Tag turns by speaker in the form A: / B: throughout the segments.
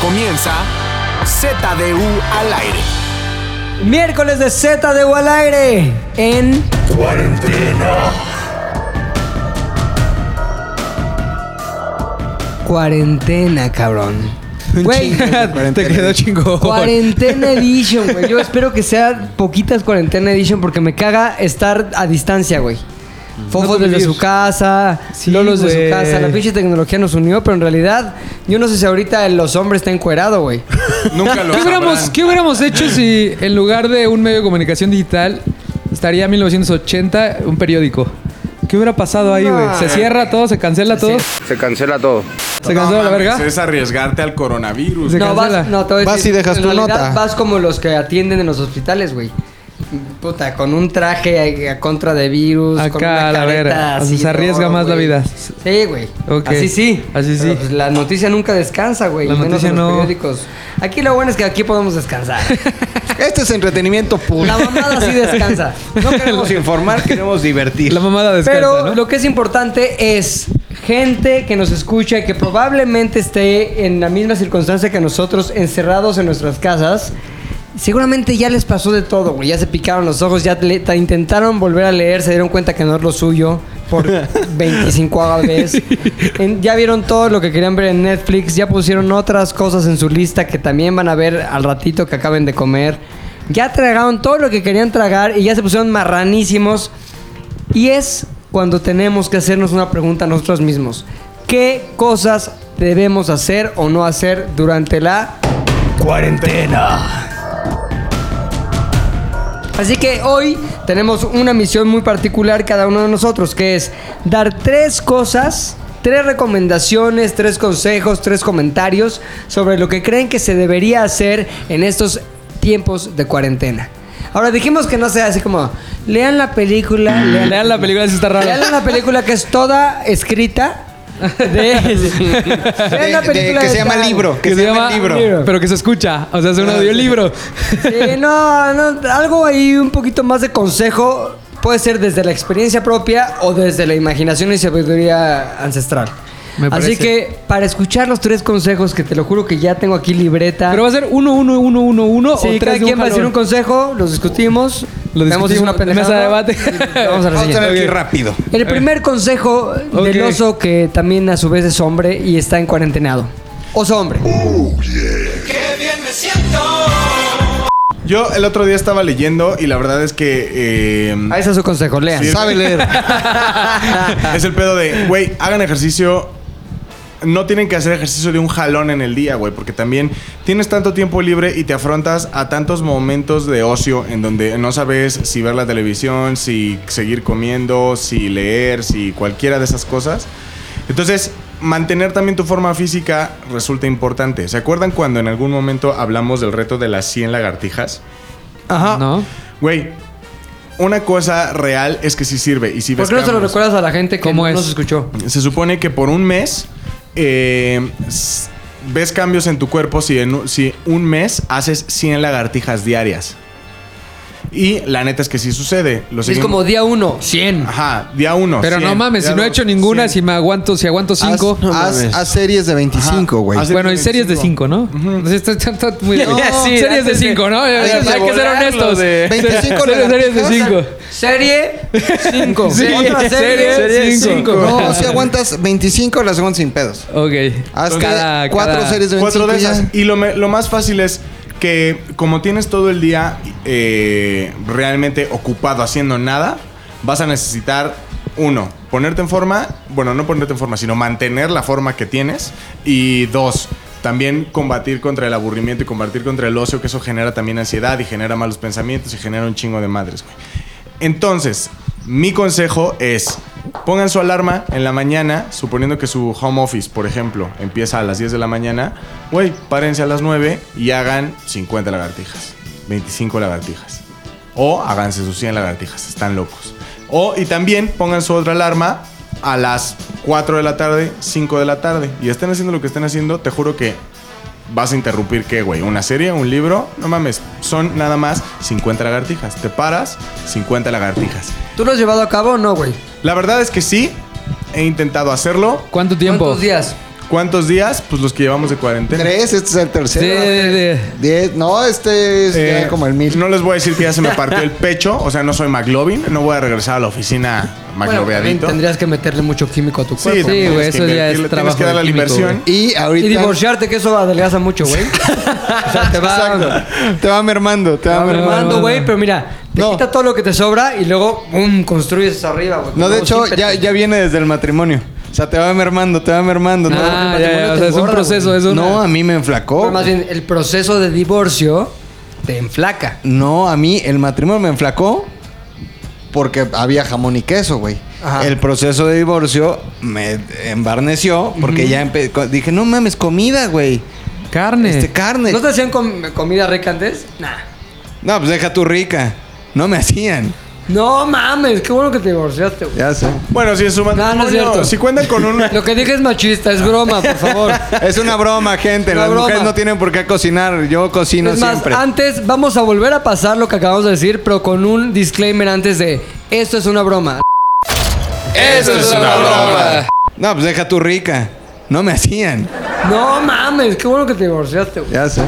A: comienza ZDU al aire.
B: Miércoles de Z de al aire en cuarentena. Cuarentena, cabrón. Güey,
C: Te quedó chingón.
B: cuarentena edition, güey. Yo espero que sea poquitas cuarentena edition porque me caga estar a distancia, güey. Fofo
C: Mm. No
B: desde
C: convivir.
B: su casa,
C: Sí,
B: Lolos de
C: güey.
B: su casa. La pinche tecnología nos unió, pero en realidad, yo no sé si ahorita los hombres está encuerado, güey.
A: Nunca lo
C: ¿Qué hubiéramos,
A: sabrán.
C: ¿Qué hubiéramos hecho si en lugar de un medio de comunicación digital estaría 1980 un periódico? ¿Qué hubiera pasado ahí, güey?
B: No.
C: ¿Se cierra todo? ¿Se cancela todo?
D: Se cancela todo.
C: ¿Se cancela
A: No
C: la
A: mames,
C: verga?
A: Es arriesgarte al coronavirus.
C: pues, Se
B: No,
C: cancela.
B: vas, no, te voy a
E: Vas
B: decir,
E: y dejas
B: en
E: tu
B: realidad
E: nota.
B: Vas como los que atienden en los hospitales, güey. Puta, con un traje eh, a, a contra de virus, con
C: Acá,
B: una
C: a la
B: careta
C: verga. O sea,
B: así
C: se arriesga
B: todo,
C: más la
B: güey.
C: vida.
B: Sí, güey.
C: Ok.
B: Así sí.
C: Así sí.
B: Pero, pues, la noticia nunca descansa, güey.
C: La
B: menos
C: noticia
B: en los
C: no.
B: periódicos. Aquí lo bueno es que aquí podemos descansar.
E: Este es entretenimiento puro.
B: la mamada sí descansa. No queremos
E: informar, queremos divertir.
C: La mamada descansa,
B: Pero
C: ¿no?
B: lo que es importante es gente que nos escucha y que probablemente esté en la misma circunstancia que nosotros, encerrados en nuestras casas. Seguramente ya les pasó de todo, güey. Ya se picaron los ojos, ya le- ta- intentaron volver a leer, se dieron cuenta que no es lo suyo por 25 vez. En- ya vieron todo lo que querían ver en Netflix, ya pusieron otras cosas en su lista que también van a ver al ratito que acaben de comer. Ya tragaron todo lo que querían tragar y ya se pusieron marranísimos. Y es cuando tenemos que hacernos una pregunta a nosotros mismos. ¿Qué cosas debemos hacer o no hacer durante la cuarentena? Así que hoy tenemos una misión muy particular cada uno de nosotros, que es dar tres cosas, tres recomendaciones, tres consejos, tres comentarios sobre lo que creen que se debería hacer en estos tiempos de cuarentena. Ahora dijimos que no sea así como, lean la película, lean
C: Lean la película, si está raro.
B: Vean la película que es toda escrita. De, Vean la
E: De- de-
B: película
E: que
B: de
E: se llama
B: tal.
E: libro.
C: Que se llama
B: libro.
C: Pero que se escucha. O sea, es un audiolibro.
B: Sí, no, no, algo ahí un poquito más de consejo. Puede ser desde la experiencia propia o desde la imaginación y sabiduría ancestral.
C: Me
B: Así
C: parece.
B: que para escuchar los tres consejos que te lo juro que ya tengo aquí libreta.
C: Pero va a ser 1, 1, 1, 1, 1
B: Sí, cada
C: o 3
B: quien va a decir un consejo, los discutimos.
C: Lo
B: vemos si es
C: discutimos, mesa de debate.
B: y Vamos a la
E: Vamos a
B: siguiente.
E: tener que ir
C: Ok.
E: rápido.
B: El primer consejo del
C: Ok.
B: oso que también a su vez es hombre y está en cuarentenado. Oso hombre.
A: Yo el otro día estaba leyendo y la verdad es que eh,
B: Ahí está Ah, su consejo, lean.
A: Sí.
E: Sabe leer.
A: es el pedo de, güey, hagan ejercicio. No tienen que hacer ejercicio de un jalón en el día, güey, porque también tienes tanto tiempo libre y te afrontas a tantos momentos de ocio en donde no sabes si ver la televisión, si seguir comiendo, si leer, si cualquiera de esas cosas. Entonces, mantener también tu forma física resulta importante. ¿Se acuerdan cuando en algún momento hablamos del reto de las 100 lagartijas?
C: Ajá. ¿No?
A: Güey, una cosa real es que sí sirve y si
B: ¿Por
A: ves
B: qué no se lo
A: cambios-
B: recuerdas a la gente que
C: ¿Cómo
B: no
C: es?
B: nos escuchó?
A: se supone que por un mes eh, s- ves cambios en tu cuerpo si en un- si un mes haces 100 lagartijas diarias. Y la neta es que sí sucede. Lo
B: es
A: seguimos-
B: como día uno, 100.
A: Ajá, día uno.
C: Pero
A: 100,
C: no mames,
A: día
C: si no he
A: dos,
C: hecho ninguna,
A: 100.
C: si me aguanto, si aguanto 5.
E: Haz, haz- haz series de 25,
A: Ajá.
E: güey.
A: Haz-
C: Bueno, en series de 5, ¿no? Sí, está- está- está muy bien.
B: No, sí,
C: series de
B: antes de-
C: 5, ¿no?
B: antes
C: Hay
E: de
C: que ser
B: volarlo
C: honestos.
B: de-
C: series,
E: 25
C: series de
E: lagartijas.
C: 5.
B: Serie 5.
C: Sí,
B: Otra serie,
C: serie cinco.
E: No, si aguantas 25, las aguantas sin pedos.
C: Ok.
E: Haz
C: Cada-
E: cada, cuatro
C: cada-
E: series de 25
A: Cuatro de
E: ya.
A: esas. Y lo, me- lo más fácil es que como tienes todo el día eh, realmente ocupado haciendo nada, vas a necesitar uno, ponerte en forma, bueno, no ponerte en forma, sino mantener la forma que tienes. Y dos, también combatir contra el aburrimiento y combatir contra el ocio, que eso genera también ansiedad y genera malos pensamientos y genera un chingo de madres, güey. Entonces, mi consejo es, pongan su alarma en la mañana, suponiendo que su home office, por ejemplo, empieza a las 10 de la mañana, güey, párense a las 9 y hagan 50 lagartijas, 25 lagartijas. O háganse sus 100 lagartijas, están locos. O, y también pongan su otra alarma a las 4 de la tarde, 5 de la tarde, y estén haciendo lo que estén haciendo, te juro que ¿Vas a interrumpir qué, güey? ¿Una serie? ¿Un libro? No mames, son nada más 50 lagartijas. Te paras, 50 lagartijas.
B: ¿Tú lo has llevado a cabo o no, güey?
A: La verdad es que sí, he intentado hacerlo.
C: ¿Cuánto tiempo?
B: ¿Cuántos días?
A: ¿Cuántos días? Pues los que llevamos de cuarentena.
E: Tres, este es el
C: Sí,
E: tercero.
C: de- de-
E: Diez, no, este es
A: Eh,
E: ya como el mil.
A: No les voy a decir que ya se me partió el pecho, o sea, no soy McLovin, no voy a regresar a la oficina
B: Bueno, también
A: McLoveadito.
B: tendrías que meterle mucho químico a tu
A: sí,
B: cuerpo.
A: también
C: güey,
A: tienes
C: eso
A: que
C: ya es
A: invertirle, Tienes
C: trabajo
A: que dar
C: de
A: la
C: químico,
A: inversión.
E: Y ahorita.
B: Y divorciarte, que eso adelgaza mucho, güey. o sea, te va...
E: Exacto. Te va mermando, te va
B: Está
E: mermando.
B: mermando, güey, pero mira, te
E: No.
B: quita todo lo que te sobra y luego, ¡bum!, construyes arriba, güey.
E: No, de
B: Como
E: hecho,
B: siempre
E: ya,
B: te-
E: ya viene desde el matrimonio. O sea, te va mermando, te va mermando. te va
C: Ah,
E: mermando.
C: ya, ya, o sea, es un
B: engorda,
C: proceso,
B: güey.
C: es una-
E: No, a mí me enflacó.
B: Pero más bien, el proceso de divorcio te enflaca.
E: No, a mí el matrimonio me enflacó porque había jamón y queso, güey.
B: Ajá.
E: El proceso de divorcio me embarneció porque ya empe- co- dije, no mames, comida, güey.
C: carne.
E: Este carne.
B: ¿No te hacían com- comida rica antes? Nah.
E: No, pues deja tu rica. No me hacían.
B: No mames, qué bueno que te divorciaste, güey.
E: Ya sé.
A: Bueno, si en su
B: no es
A: matrimonio,
B: cierto.
A: si cuentan con un
B: Lo que dije es machista, es broma, por favor.
E: Es una broma, gente.
B: Una
E: Las
B: broma.
E: mujeres no tienen por qué cocinar. Yo cocino
B: es más,
E: siempre.
B: antes vamos a volver a pasar lo que acabamos de decir, pero con un disclaimer antes de esto es una broma.
E: Eso
A: es una broma.
E: No, pues deja tu rica. No me hacían.
B: No mames, qué bueno que te divorciaste, güey.
E: Ya sé.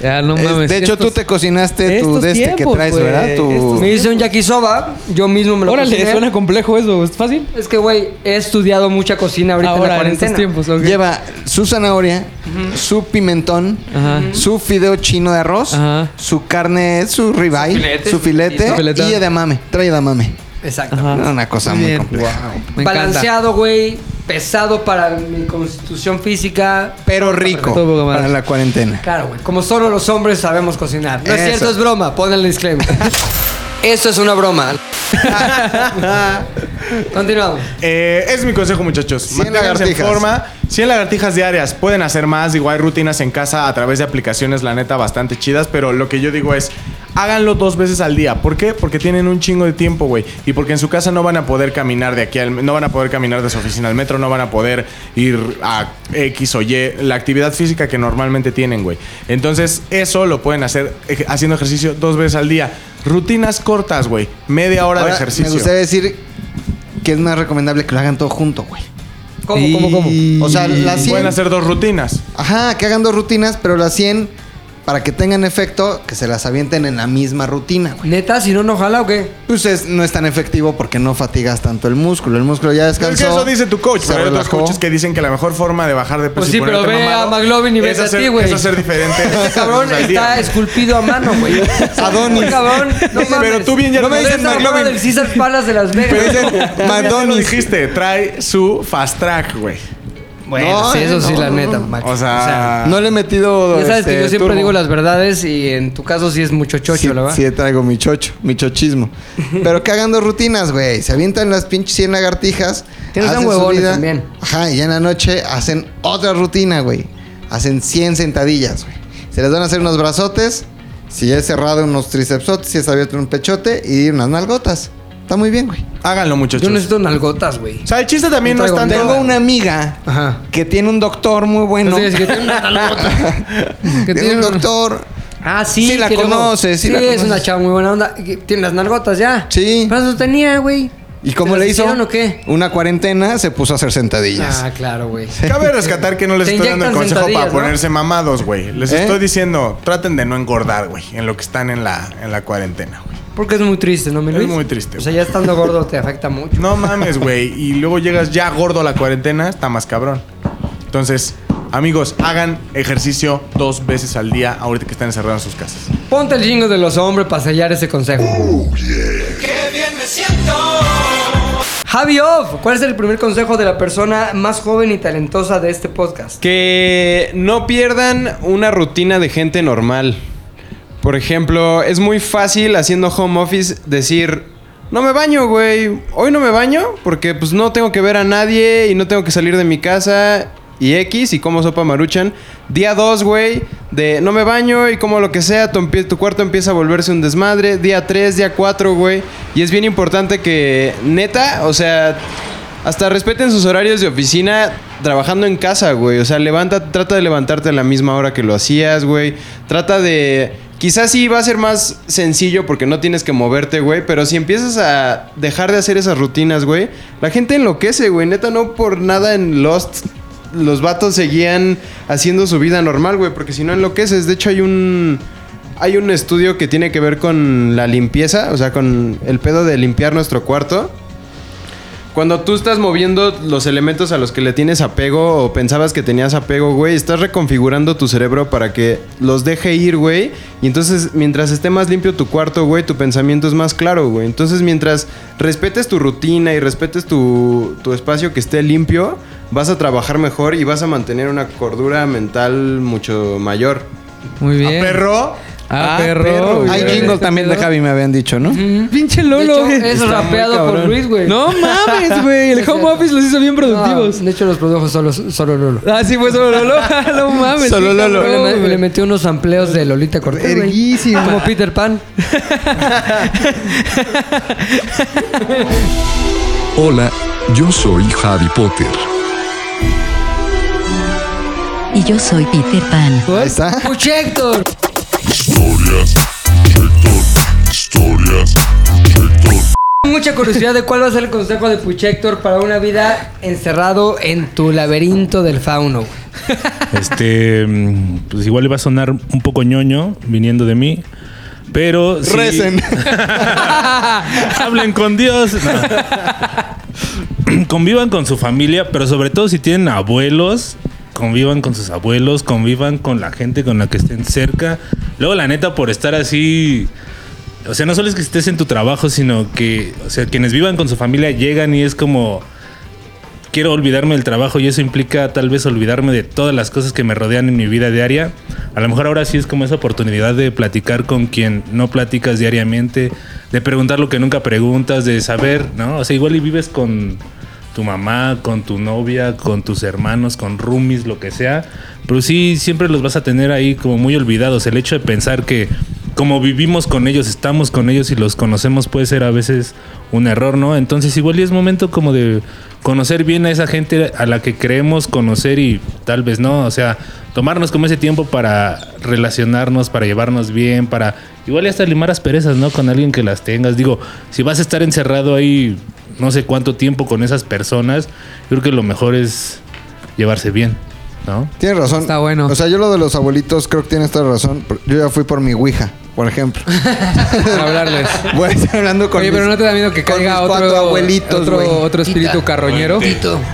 C: Ya, no
E: Es-
C: mames.
E: de hecho,
C: estos-
E: tú te cocinaste tu
C: estos
E: de este que
C: tiempos,
E: traes,
C: güey,
E: ¿verdad? Tu-
C: estos-
B: Me hice un yakisoba, yo mismo me lo
C: Órale,
B: cociné.
C: suena complejo eso. ¿Es fácil?
B: Es que, güey, he estudiado mucha cocina ahorita en la
C: Ahora, en,
B: cuarentena.
C: estos tiempos. ok.
E: Lleva su zanahoria, su pimentón,
C: Ajá.
E: su fideo chino de arroz,
C: Ajá.
E: su carne, su ribeye, su filete,
B: filete,
C: su filete.
E: y edamame. Trae edamame.
B: Exacto.
C: Ajá.
E: Era Una cosa
C: Muy
E: muy
C: bien.
E: compleja.
C: Me encanta.
B: Balanceado, güey, pesado para mi constitución física.
E: Pero rico
C: Todo poco más.
E: para la cuarentena.
B: Claro, güey, como solo los hombres sabemos cocinar. No es
E: Eso.
B: cierto, es broma, pon el disclaimer. Esto es una broma. Continuamos.
A: Eh, es mi consejo, muchachos.
E: Cien
A: Manténganse en
E: lagartijas.
A: forma. 100 lagartijas diarias. Pueden hacer más. Digo, hay rutinas en casa a través de aplicaciones, la neta, bastante chidas. Pero lo que yo digo es, háganlo dos veces al día. ¿Por qué? Porque tienen un chingo de tiempo, güey. Y porque en su casa no van a poder caminar de aquí al... No van a poder caminar de su oficina al metro. No van a poder ir a X o Y. La actividad física que normalmente tienen, güey. Entonces, eso lo pueden hacer eh, haciendo ejercicio dos veces al día. Rutinas cortas, güey. Media hora
E: Ahora,
A: de ejercicio.
E: Me gustaría decir que es más recomendable que lo hagan todo junto, güey.
B: ¿Cómo, cómo, cómo?
E: O sea, las
A: Pueden
E: 100.
A: hacer dos rutinas.
E: Ajá, que hagan dos rutinas, pero las 100, para que tengan efecto, que se las avienten en la misma rutina, güey.
B: Neta, si no, no jala o qué.
E: Pues es- no es tan efectivo porque no fatigas tanto el músculo. El músculo ya descansó.
A: Es que eso dice tu coach,
E: se
A: pero hay otros
E: relajó.
A: coaches que dicen que la mejor forma de bajar de peso
B: Pues
A: y
B: sí, pero
A: ponerte
B: ve a
A: mamado
B: McLovin y
A: es
B: vete a
A: hacer-
B: ti, güey.
A: Es hacer diferente. Pues,
B: Este cabrón
A: al día.
B: está esculpido a mano, güey.
E: Adonis.
B: Este cabrón, no mames.
A: Pero tú bien ya
B: no
A: te
B: me dices
A: dices
B: McLovin.
A: McLovin.
B: del Caesar Palace de Las Vegas.
E: Pero es
A: Tú ya te lo
E: Madonis.
A: dijiste, trae su fast track, güey.
B: Bueno,
E: No,
B: sí, eso
E: no,
B: sí, la
E: no,
B: neta,
E: no.
B: Max.
A: O sea,
E: No le he metido.
B: ya sabes que
E: este,
B: yo siempre
E: turbo.
B: digo las verdades y en tu caso sí es mucho chocho,
E: Sí,
B: la verdad.
E: sí, traigo mi chocho, mi chochismo. Pero que hagan dos rutinas, güey. Se avientan las pinches 100 lagartijas.
B: Que no sean
E: hacen su
B: huevones también.
E: Ajá, y ya en la noche hacen otra rutina, güey. Hacen 100 sentadillas, güey. Se les van a hacer unos brazotes. Si es cerrado, unos tricepsotes. Si es abierto, un pechote. Y unas nalgotas. Está muy bien, güey.
A: háganlo, muchachos.
B: Yo necesito nalgotas, güey.
A: O sea, el chiste también no es
B: Traigo-
A: tanto.
E: Tengo una amiga
B: Ajá.
E: que tiene un doctor muy bueno.
B: Entonces, que tiene una nalgota. que
E: tiene un
B: tiene un-
E: doctor.
B: Ah, sí.
E: Sí la
B: que luego-
E: conoces, sí
B: Sí,
E: la
B: es
E: conoces.
B: una chava muy buena onda. que Tiene las nalgotas ya.
E: Sí.
B: Pero eso tenía, güey.
E: ¿Y
B: ¿Te
E: cómo
B: las
E: le hizo?
B: hicieron o qué?
E: Una cuarentena se puso a hacer sentadillas.
B: Ah, claro, güey.
A: Cabe rescatar que no les
B: Te
A: estoy dando el
B: inyectan
A: consejo para
B: sentadillas, ¿no?
A: ponerse mamados, güey. Les
E: ¿Eh?
A: estoy diciendo, traten de no engordar, güey, en lo que están en la, en la cuarentena, güey.
B: Porque es muy triste, ¿no, mi
A: Es
B: Luis?
A: muy triste,
B: O sea, ya estando gordo te afecta mucho.
A: No mames, güey. Y luego llegas ya gordo a la cuarentena, está más cabrón. Entonces, amigos, hagan ejercicio dos veces al día ahorita que están encerrados en sus casas.
B: Ponte el jingo de los hombres para sellar ese consejo. Javi Off, ¿cuál es el primer consejo de la persona más joven y talentosa de este podcast?
D: Que no pierdan una rutina de gente normal. Por ejemplo, es muy fácil haciendo home office decir, no me baño, güey, hoy no me baño porque pues no tengo que ver a nadie y no tengo que salir de mi casa y X y como sopa maruchan. Día 2, güey, de no me baño y como lo que sea, tu, empie- tu cuarto empieza a volverse un desmadre. Día 3, día 4, güey. Y es bien importante que, neta, o sea, hasta respeten sus horarios de oficina trabajando en casa, güey. O sea, levanta, trata de levantarte a la misma hora que lo hacías, güey. Trata de
A: Quizás sí va a ser más sencillo porque no tienes que moverte, güey. Pero si empiezas a dejar de hacer esas rutinas, güey, la gente enloquece, güey. Neta, no por nada en Lost los vatos seguían haciendo su vida normal, güey. Porque si no enloqueces. De hecho, hay un. Hay un estudio que tiene que ver con la limpieza, o sea, con el pedo de limpiar nuestro cuarto. Cuando tú estás moviendo los elementos a los que le tienes apego o pensabas que tenías apego, güey, estás reconfigurando tu cerebro para que los deje ir, güey. Y entonces, mientras esté más limpio tu cuarto, güey, tu pensamiento es más claro, güey. Entonces, mientras respetes tu rutina y respetes tu, tu espacio que esté limpio, vas a trabajar mejor y vas a mantener una cordura mental mucho mayor.
C: Muy
F: ¿A
C: bien.
F: perro?
C: Ah,
A: Ah,
C: perro.
A: perro,
C: güey.
E: Hay jingle también de Javi, me habían dicho, ¿no?
C: Pinche
B: De
C: Lolo.
B: hecho,
C: güey.
B: es
A: Está muy
B: rapeado por
A: cabrón.
B: Luis, güey.
C: No mames, güey.
B: Sí,
C: El home
B: cierto.
C: office los hizo bien productivos.
B: No, de hecho, los produjo solo, solo Lolo.
C: Ah, sí, fue solo Lolo. no mames.
A: Solo
C: sí,
A: Lolo.
C: cabrón,
B: Le, me-
C: güey.
B: le metió unos ampleos de Lolita Cortés. güey.
E: Verguísima.
B: Como Peter Pan.
G: Hola, yo soy Harry Potter.
H: Y yo soy Peter Pan.
E: Ahí está.
B: ¡Puche Héctor! Tengo Mucha curiosidad de cuál va a ser el consejo de Puchector para una vida encerrado en tu laberinto del fauno. güey.
I: Este, mm, pues igual le va a sonar un poco ñoño viniendo de mí, pero sí-
E: Recen.
I: hablen con Dios. No. convivan con su familia, pero sobre todo si tienen abuelos, convivan con sus abuelos, convivan con la gente con la que estén cerca. Luego la neta por estar así o sea, no solo es que estés en tu trabajo, sino que, o sea, quienes vivan con su familia llegan y es como, quiero olvidarme del trabajo y eso implica tal vez olvidarme de todas las cosas que me rodean en mi vida diaria. A lo mejor ahora sí es como esa oportunidad de platicar con quien no platicas diariamente, de preguntar lo que nunca preguntas, de saber, ¿no? O sea, igual y vives con tu mamá, con tu novia, con tus hermanos, con roomies, lo que sea, pero sí siempre los vas a tener ahí como muy olvidados. El hecho de pensar que como vivimos con ellos, estamos con ellos y los conocemos puede ser a veces un error, ¿no? Entonces igual y es momento como de conocer bien a esa gente a la que creemos conocer y tal vez no, o sea, tomarnos como ese tiempo para relacionarnos, para llevarnos bien, para igual y hasta limar asperezas, ¿no? Con alguien que las tengas. Digo, si vas a estar encerrado ahí no sé cuánto tiempo con esas personas, yo creo que lo mejor es llevarse bien, ¿no?
E: Tienes razón.
B: Está bueno.
E: O sea, yo lo de los abuelitos creo que tienes toda la razón. Yo ya fui por mi Ouija, por ejemplo.
C: Para hablarles.
E: Voy a estar hablando con
C: Oye, pero
E: mis-
C: no te da miedo que
E: con
C: caiga
E: mis
C: otro,
E: cuatro abuelitos, güey.
C: otro, otro espíritu carroñero.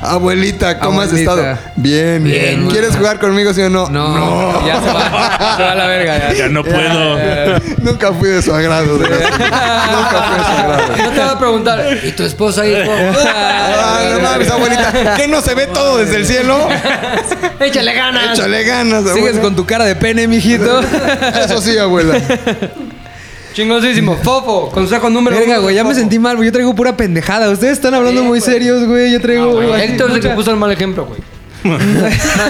E: Abuelita, ¿cómo
C: Abuelita.
E: has estado? Bien.
B: Bien.
E: ¿Quieres jugar conmigo, sí o no?
C: No, ya se va. Se va a la verga.
I: Ya
C: Ya.
I: no
C: Ah,
I: puedo.
E: Nunca fui de su agrado, de verdad. Nunca fui de su agrado.
B: No te va a preguntar, ¿y tu esposa, hijo?
E: Ah, no mames, abuelita. ¿Qué no se ve todo desde el cielo?
B: ¡Échale ganas!
E: Échale ganas,
C: Sigues
E: abuela.
C: con tu cara de pene, mijito.
E: Eso sí, abuela.
B: Chingosísimo. Fofo, consejo número
C: Verga,
B: uno.
C: güey, ya me
B: Fofo.
C: sentí mal, güey. Yo traigo pura pendejada. Ustedes están hablando
B: Sí,
C: muy
B: güey.
C: serios, güey. Yo traigo. así
B: Héctor se
C: mucha-
B: que puso el mal ejemplo, güey.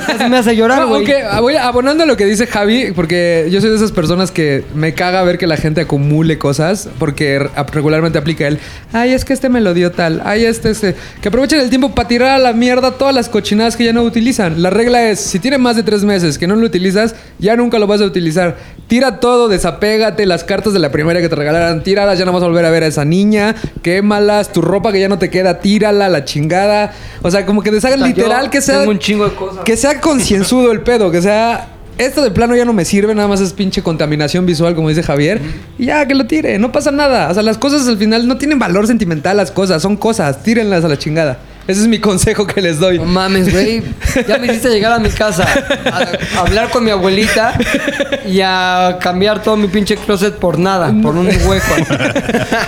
B: Casi me hace llorar,
C: No,
B: güey.
C: aunque voy abonando a lo que dice Javi, porque yo soy de esas personas que me caga ver que la gente acumule cosas, porque r- regularmente aplica el, ay, es que este me lo dio tal, ay, este, este. Que aprovechen el tiempo para tirar a la mierda todas las cochinadas que ya no utilizan. La regla es, si tiene más de tres meses que no lo utilizas, ya nunca lo vas a utilizar. Tira todo, desapégate, las cartas de la primaria que te regalaran, tíralas, ya no vas a volver a ver a esa niña, quémalas, tu ropa que ya no te queda, tírala, la chingada. O sea, como que deshagan
B: Puta,
C: literal
B: yo
C: que sea...
B: Tengo un chingo de cosas.
C: Que sea concienzudo el pedo, que sea. Esto de plano ya no me sirve, nada más es pinche contaminación visual, como dice Javier. Y ya, que lo tire, no pasa nada. O sea, las cosas al final no tienen valor sentimental, las cosas, son cosas, tírenlas a la chingada. Ese es mi consejo que les doy.
B: No mames, güey. Ya me hiciste llegar a mi casa a, a hablar con mi abuelita y a cambiar todo mi pinche closet por nada, por un hueco.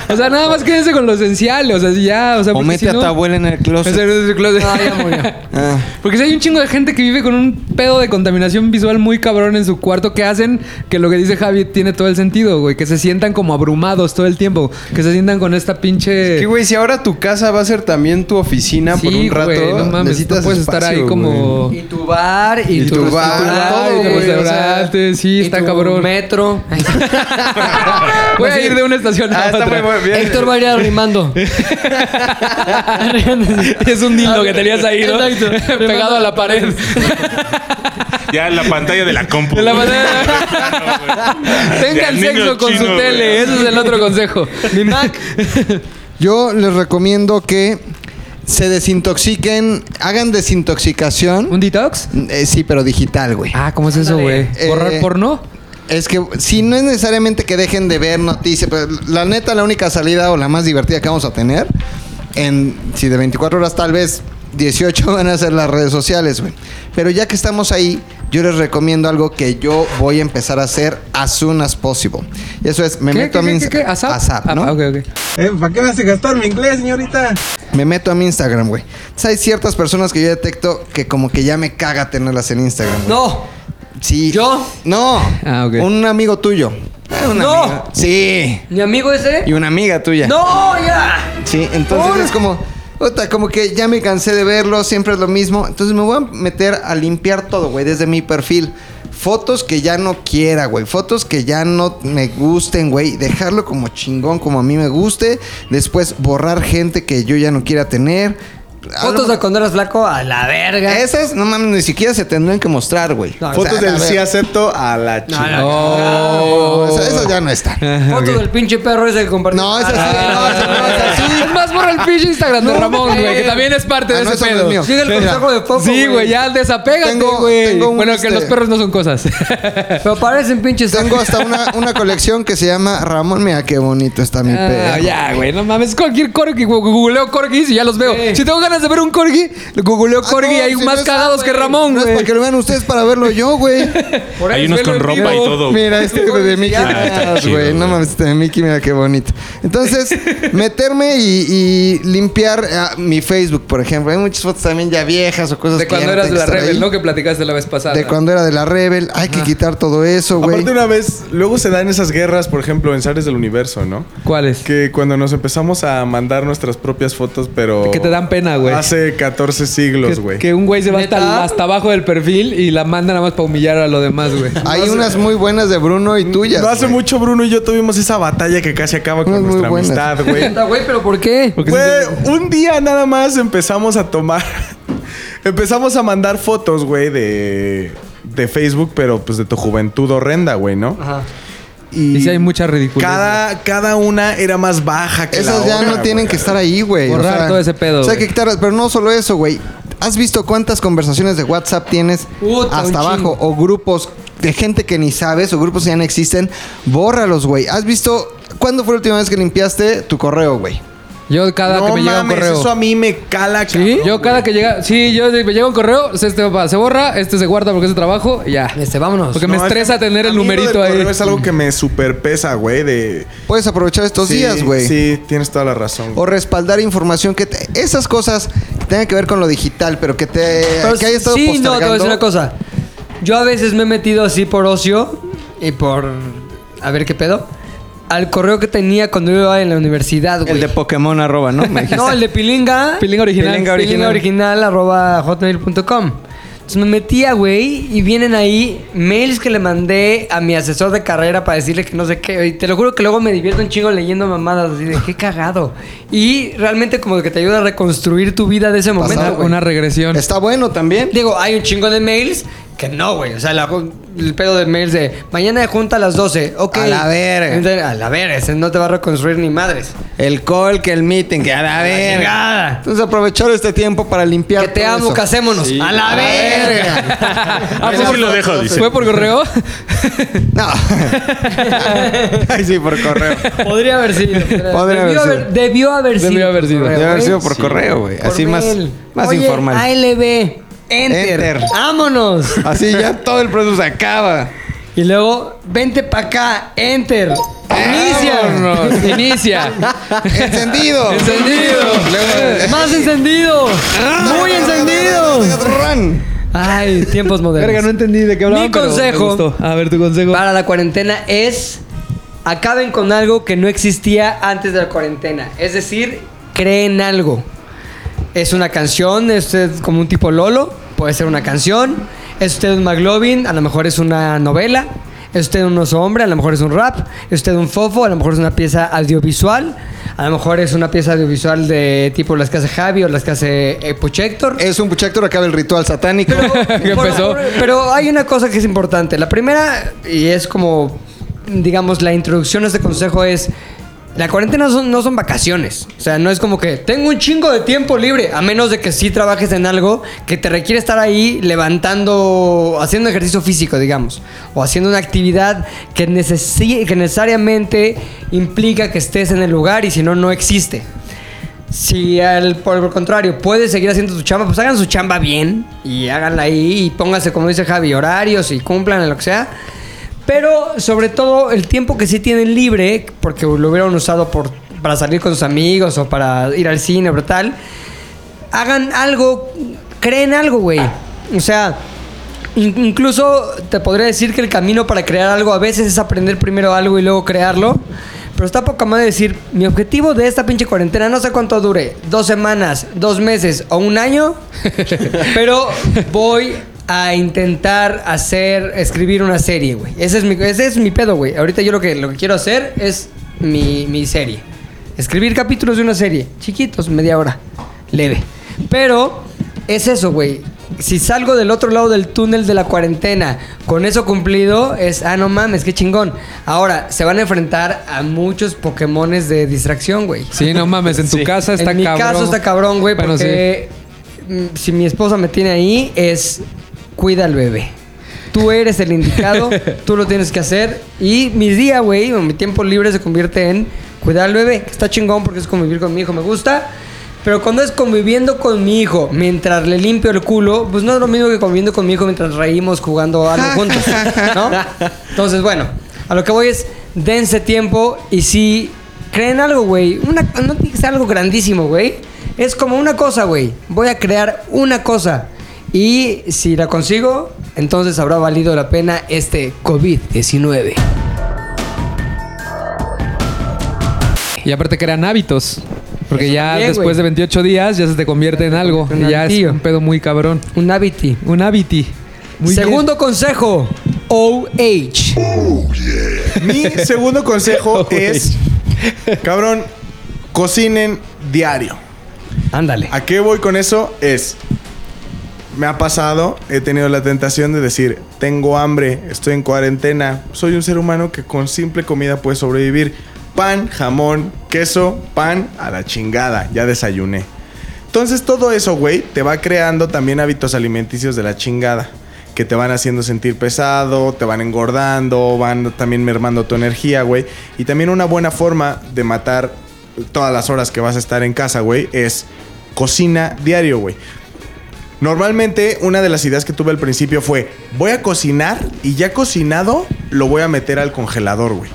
C: O sea, nada más quédense con lo esencial, o sea, si ya, o sea,
E: O
C: porque
E: mete
C: si
E: a
C: no-
E: tu abuela en el
C: O sea,
E: closet.
C: en el closet.
B: Ah, ya murió.
E: Ah.
C: Porque si hay un chingo de gente que vive con un pedo de contaminación visual muy cabrón en su cuarto que hacen que lo que dice Javi tiene todo el sentido, güey. Que se sientan como abrumados todo el tiempo. Que se sientan con esta pinche...
A: Que, güey, si ahora tu casa va a ser también tu oficina por
C: Sí,
A: un rato,
C: güey, no mames,
A: necesitas
C: no puedes estar
A: espacio,
C: ahí como...
B: Y tu bar, y,
A: Y
B: tu,
A: tu bar,
B: restaurante,
A: todo,
B: y tu
A: güey, o sea,
C: Pues restaurante, sí,
B: y
C: está
B: tu
C: cabrón.
B: metro.
C: Voy a ir de una estación a
A: Ah, está
C: otra.
A: muy bueno, bien.
B: Héctor va a ir arrimando.
C: Es un dildo que tenías ahí, ¿no?
B: Exacto.
C: Pegado a la pared.
J: Ya en la pantalla de la compu.
C: De la
J: güey.
C: manera-
J: Ya,
C: Tengan
J: niño
C: sexo con
J: chino,
C: su tele.
J: güey.
C: Ese es el otro consejo.
B: Mi Mac.
E: Yo les recomiendo que se desintoxiquen, hagan desintoxicación.
C: ¿Un detox?
E: Eh, sí, pero digital, güey.
C: Ah, ¿cómo es eso, güey?
E: Eh,
C: ¿Borrar porno?
E: Es que si no es necesariamente que dejen de ver noticias, pero la neta la única salida o la más divertida que vamos a tener, en si de 24 horas tal vez 18 van a ser las redes sociales, güey. Pero ya que estamos ahí, yo les recomiendo algo que yo voy a empezar a hacer as soon as possible. Y eso es, me
C: ¿Qué,
E: meto
C: qué,
E: a mi
C: qué, qué, qué?
E: Insta-
C: ¿ASAP?
E: ASAP,
C: Ah,
E: ¿no?
C: ok, ok.
K: ¿Para qué me hace gastar mi inglés, señorita?
E: Me meto a mi Instagram, güey. Entonces, hay ciertas personas que yo detecto que como que ya me caga tenerlas en Instagram. güey.
B: No.
E: Sí.
B: ¿Yo?
E: No.
C: Ah, ok.
E: Un amigo tuyo. Eh, un
B: No.
E: amigo. Sí.
B: ¿Mi amigo ese?
E: Y una amiga tuya.
B: ¡No! ¡Ya!
E: Sí, entonces
B: Por-
E: es como, puta, como que ya me cansé de verlo, siempre es lo mismo. Entonces me voy a meter a limpiar todo, güey, desde mi perfil. Fotos que ya no quiera, güey. Fotos que ya no me gusten, güey. Dejarlo como chingón, como a mí me guste. Después borrar gente que yo ya no quiera tener. Ah,
B: Fotos de cuando eras flaco a la verga.
E: Esas, no mames, ni siquiera se tendrían que mostrar, güey.
B: No,
E: O sea,
A: Fotos
E: a
A: del
E: ver,
A: sí acepto a la chica.
B: Eh,
E: no, esa- esas ya no están.
B: Fotos del pinche perro ese que compartió.
E: No, esas sí, no, esas no, esas sí.
C: Es más, borra el pinche Instagram de Ramón, güey, que también es parte
E: Ah,
C: de
E: no,
C: ese
E: eso no es
C: pedo.
E: mío.
B: Llega el
E: Mira.
B: consejo de Fofo,
C: Sí, güey, ya desapégate,
E: Tengo-
C: güey.
E: tengo un
C: Bueno, que
E: este-
C: los perros no son cosas.
B: Pero parecen pinches.
E: Tengo hasta una, una colección que se llama Ramón, mira qué bonito está mi perro.
C: Ah, ya, güey, no mames. Cualquier corgi, gu- gu- googleo corgis y ya los veo. Si tengo ganas de ver un corgi, googleo
E: Ah,
C: corgi y
E: no,
C: hay
E: si
C: más
E: no es-
C: cagados que Ramón,
E: No es para
C: güey.
E: que lo vean ustedes para verlo yo, güey.
C: Por ahí
J: Hay unos
C: velo
J: con
C: en
J: ropa y
C: vivo.
J: todo.
E: Mira, este de Mickey.
J: Ah, está
E: Mouse,
J: chido,
E: güey. No
J: güey.
E: mames, este de Mickey, mira qué bonito. Entonces, meterme y, y limpiar ah, mi Facebook, por ejemplo. Hay muchas fotos también ya viejas o cosas
C: De
E: que ya
C: cuando
E: no
C: eras de
E: tienen
C: la
E: que estar
C: Rebel,
E: ahí.
C: ¿no? Que platicaste la vez pasada.
E: De cuando era de la Rebel. Hay que quitar todo eso, güey.
A: Aparte una vez, luego se dan esas guerras, por ejemplo, en Zares del Universo, ¿no?
C: ¿Cuáles?
A: Que cuando nos empezamos a mandar nuestras propias fotos, pero...
C: Que te dan pena, güey.
A: Hace 14 siglos,
C: Que-
A: güey.
C: Que un güey se va
B: ¿Neta?
C: hasta, hasta abajo del perfil y la manda nada más para humillar a lo demás, güey.
E: Hay unas muy buenas de Bruno y tuyas.
A: No hace
E: güey.
A: mucho Bruno y yo tuvimos esa batalla que casi acaba con
E: Unas muy
A: nuestra
E: buenas.
A: amistad, güey.
B: Neta, güey, pero ¿por qué?
A: Güey, un día nada más empezamos a tomar. empezamos a mandar fotos, güey, de, de Facebook, pero pues de tu juventud horrenda, güey, ¿no?
B: Ajá.
C: Y sí hay mucha ridiculez,
A: Cada, cada una era más baja que la
E: Esas ya
A: otra,
E: no tienen
A: güey.
E: que estar ahí, güey.
C: Borrar todo ese pedo,
E: O sea, hay
C: güey.
E: que quitarlas. Pero no solo eso, güey. ¿Has visto cuántas conversaciones de WhatsApp tienes
B: Puta, un
E: hasta abajo? O grupos de gente que ni sabes o grupos que ya no existen. Bórralos, güey. ¿Has visto cuándo fue la última vez que limpiaste tu correo, güey?
C: Yo cada que
A: No
C: me llega un
A: mames,
C: correo.
A: eso a mí me cala,
C: ¿Sí?
A: cabrón,
C: Ah, Yo cada
A: güey.
C: que llega, sí, yo me llega un correo, este se borra, este se guarda porque es de trabajo y ya.
B: Este, vámonos.
C: Porque me
A: No, es
C: estresa
A: que
C: tener
A: a
C: el
A: mí lo del
C: numerito ahí.
A: correo Es algo que me superpesa, güey, de...
E: Puedes aprovechar estos
A: Sí,
E: días, güey.
A: Sí, tienes toda la razón.
E: O
A: güey.
E: respaldar información que... te- esas cosas que tengan que ver con lo digital, pero que te... que haya estado
B: sí, no, te voy a
E: postergando.
B: decir una cosa. Yo a veces me he metido así por ocio y por. A ver qué pedo. Al correo que tenía cuando yo iba en la universidad, güey.
E: El de Pokémon arroba, ¿no? Me dijiste.
B: Pues No, el de Pilinga.
C: Pilinga original.
B: Pilinga original.
C: Pilinga
B: original, arroba hotmail.com. Entonces me metía, güey, y vienen ahí mails que le mandé a mi asesor de carrera para decirle que no sé qué. Y te lo juro que luego me divierto un chingo leyendo mamadas así de qué cagado. Y realmente como que te ayuda a reconstruir tu vida de ese
C: Una,
B: momento, güey.
C: una regresión.
E: Está bueno también.
B: Digo, hay un chingo de mails que no, güey. O sea, la ju- el pedo de mails de mañana de junta a las 12. Ok.
E: A la verga.
B: Entonces, A la verga. ese No te va a reconstruir ni madres.
E: El call, que el meeting, que a la verga.
B: Nada.
E: Entonces aprovechar este tiempo para limpiar.
B: Que te
E: todo
B: amo,
E: eso.
B: casémonos. A la verga.
C: Ah,
J: Eso
C: ¿fue-
J: pues sí lo dejo, dice.
C: ¿Fue por correo?
E: No. Ay, sí, por correo.
B: Podría haber sido.
E: Podría haber
B: debió,
E: sido.
B: haber, debió haber sido.
C: Debió haber sido.
B: Correo,
E: Debe haber
B: ¿eh?
E: sido por correo, güey.
B: Por
E: Así más,
B: mail.
E: más
B: Oye,
E: informal.
B: ALB. Enter.
E: Enter.
B: Vámonos.
E: Así ya todo el proceso se acaba.
B: Y luego, vente para acá. Enter. Inicia.
C: Vámonos, Inicia.
E: Encendido.
C: Encendido.
E: Luego-
B: Más encendido. Muy encendido.
E: Run.
B: Ay, tiempos modernos.
C: Verga, no entendí de qué hablaban,
B: Mi
C: pero me
B: consejo.
C: gustó. A ver, tu consejo.
B: Para la cuarentena es acaben con algo que no existía antes de la cuarentena. Es decir, creen algo. Es una canción, es usted como un tipo Lolo, puede ser una canción. Es usted un McLovin, a lo mejor es una novela. Es usted un oso hombre, a lo mejor es un rap. Es usted un fofo, a lo mejor es una pieza audiovisual. A lo mejor es una pieza audiovisual de tipo las que hace Javi o las que hace eh, Puchector.
E: Es un Puchector, acaba el ritual satánico.
C: que
B: Por-
C: empezó.
B: por- pero hay una cosa que es importante. La primera, y es como, digamos, la introducción a este consejo es... La cuarentena son- no son vacaciones. O sea, no es como que tengo un chingo de tiempo libre, a menos de que sí trabajes en algo que te requiere estar ahí levantando, haciendo ejercicio físico, digamos, o haciendo una actividad que, necesi- que necesariamente implica que estés en el lugar y si no, no existe. Si al, por el contrario puedes seguir haciendo tu chamba, pues hagan su chamba bien y háganla ahí y pónganse, como dice Javi, horarios y cumplan en lo que sea. Pero sobre todo el tiempo que sí tienen libre, porque lo hubieran usado por, para salir con sus amigos o para ir al cine o tal, hagan algo, creen algo, güey. O sea, in- incluso te podría decir que el camino para crear algo a veces es aprender primero algo y luego crearlo. Pero está poca madre decir, mi objetivo de esta pinche cuarentena, no sé cuánto dure, dos semanas, dos meses o un año, pero voy a intentar hacer, escribir una serie, güey. Ese es mi, ese es mi pedo, güey. Ahorita yo lo que, lo que quiero hacer es mi, mi serie. Escribir capítulos de una serie, chiquitos, media hora, leve. Pero es eso, güey. Si salgo del otro lado del túnel de la cuarentena con eso cumplido, es, ah, no mames, qué chingón. Ahora, se van a enfrentar a muchos Pokémones de distracción, güey.
C: Sí, no mames, en tu casa está
B: en mi
C: cabrón.
B: caso está cabrón, güey,
C: Bueno,
B: porque mm, si mi esposa me tiene ahí, es cuida al bebé. Tú eres el indicado, tú lo tienes que hacer. Y mi día, güey, o mi tiempo libre se convierte en cuidar al bebé. que Está chingón porque es convivir con mi hijo, me gusta. Pero cuando es conviviendo con mi hijo mientras le limpio el culo, pues no es lo mismo que conviviendo con mi hijo mientras reímos jugando algo juntos, ¿no? Entonces, bueno, a lo que voy es, dense tiempo y si creen algo, güey, una- no tiene que ser algo grandísimo, güey. Es como una cosa, güey. Voy a crear una cosa. Y si la consigo, entonces habrá valido la pena este COVID-19.
C: Y aparte crean hábitos. Porque
B: Eso
C: ya
B: también,
C: después
B: güey.
C: de 28 días ya se te convierte en algo.
B: Un
C: Y ya
B: hábitillo.
C: es un pedo muy cabrón.
B: Un habiti.
C: Un hábiti. Muy bien.
B: Segundo consejo, OH.
A: Mi segundo consejo es, cabrón, cocinen diario.
B: Ándale.
A: ¿A qué voy con eso? Es, me ha pasado, he tenido la tentación de decir, tengo hambre, estoy en cuarentena, soy un ser humano que con simple comida puede sobrevivir. Pan, jamón, queso, pan, a la chingada, ya desayuné. Entonces todo eso, güey, te va creando también hábitos alimenticios de la chingada. Que te van haciendo sentir pesado, te van engordando, van también mermando tu energía, güey. Y también una buena forma de matar todas las horas que vas a estar en casa, güey, es cocina diario, güey. Normalmente una de las ideas que tuve al principio fue, voy a cocinar y ya cocinado lo voy a meter al congelador, güey.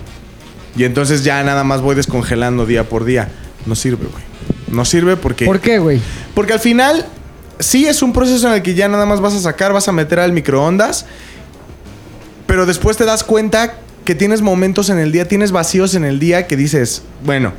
A: Y entonces ya nada más voy descongelando día por día. No sirve, güey. No sirve porque...
B: ¿Por qué, güey?
A: Porque al final, sí es un proceso en el que ya nada más vas a sacar, vas a meter al microondas, pero después te das cuenta que tienes momentos en el día, tienes vacíos en el día que dices, bueno,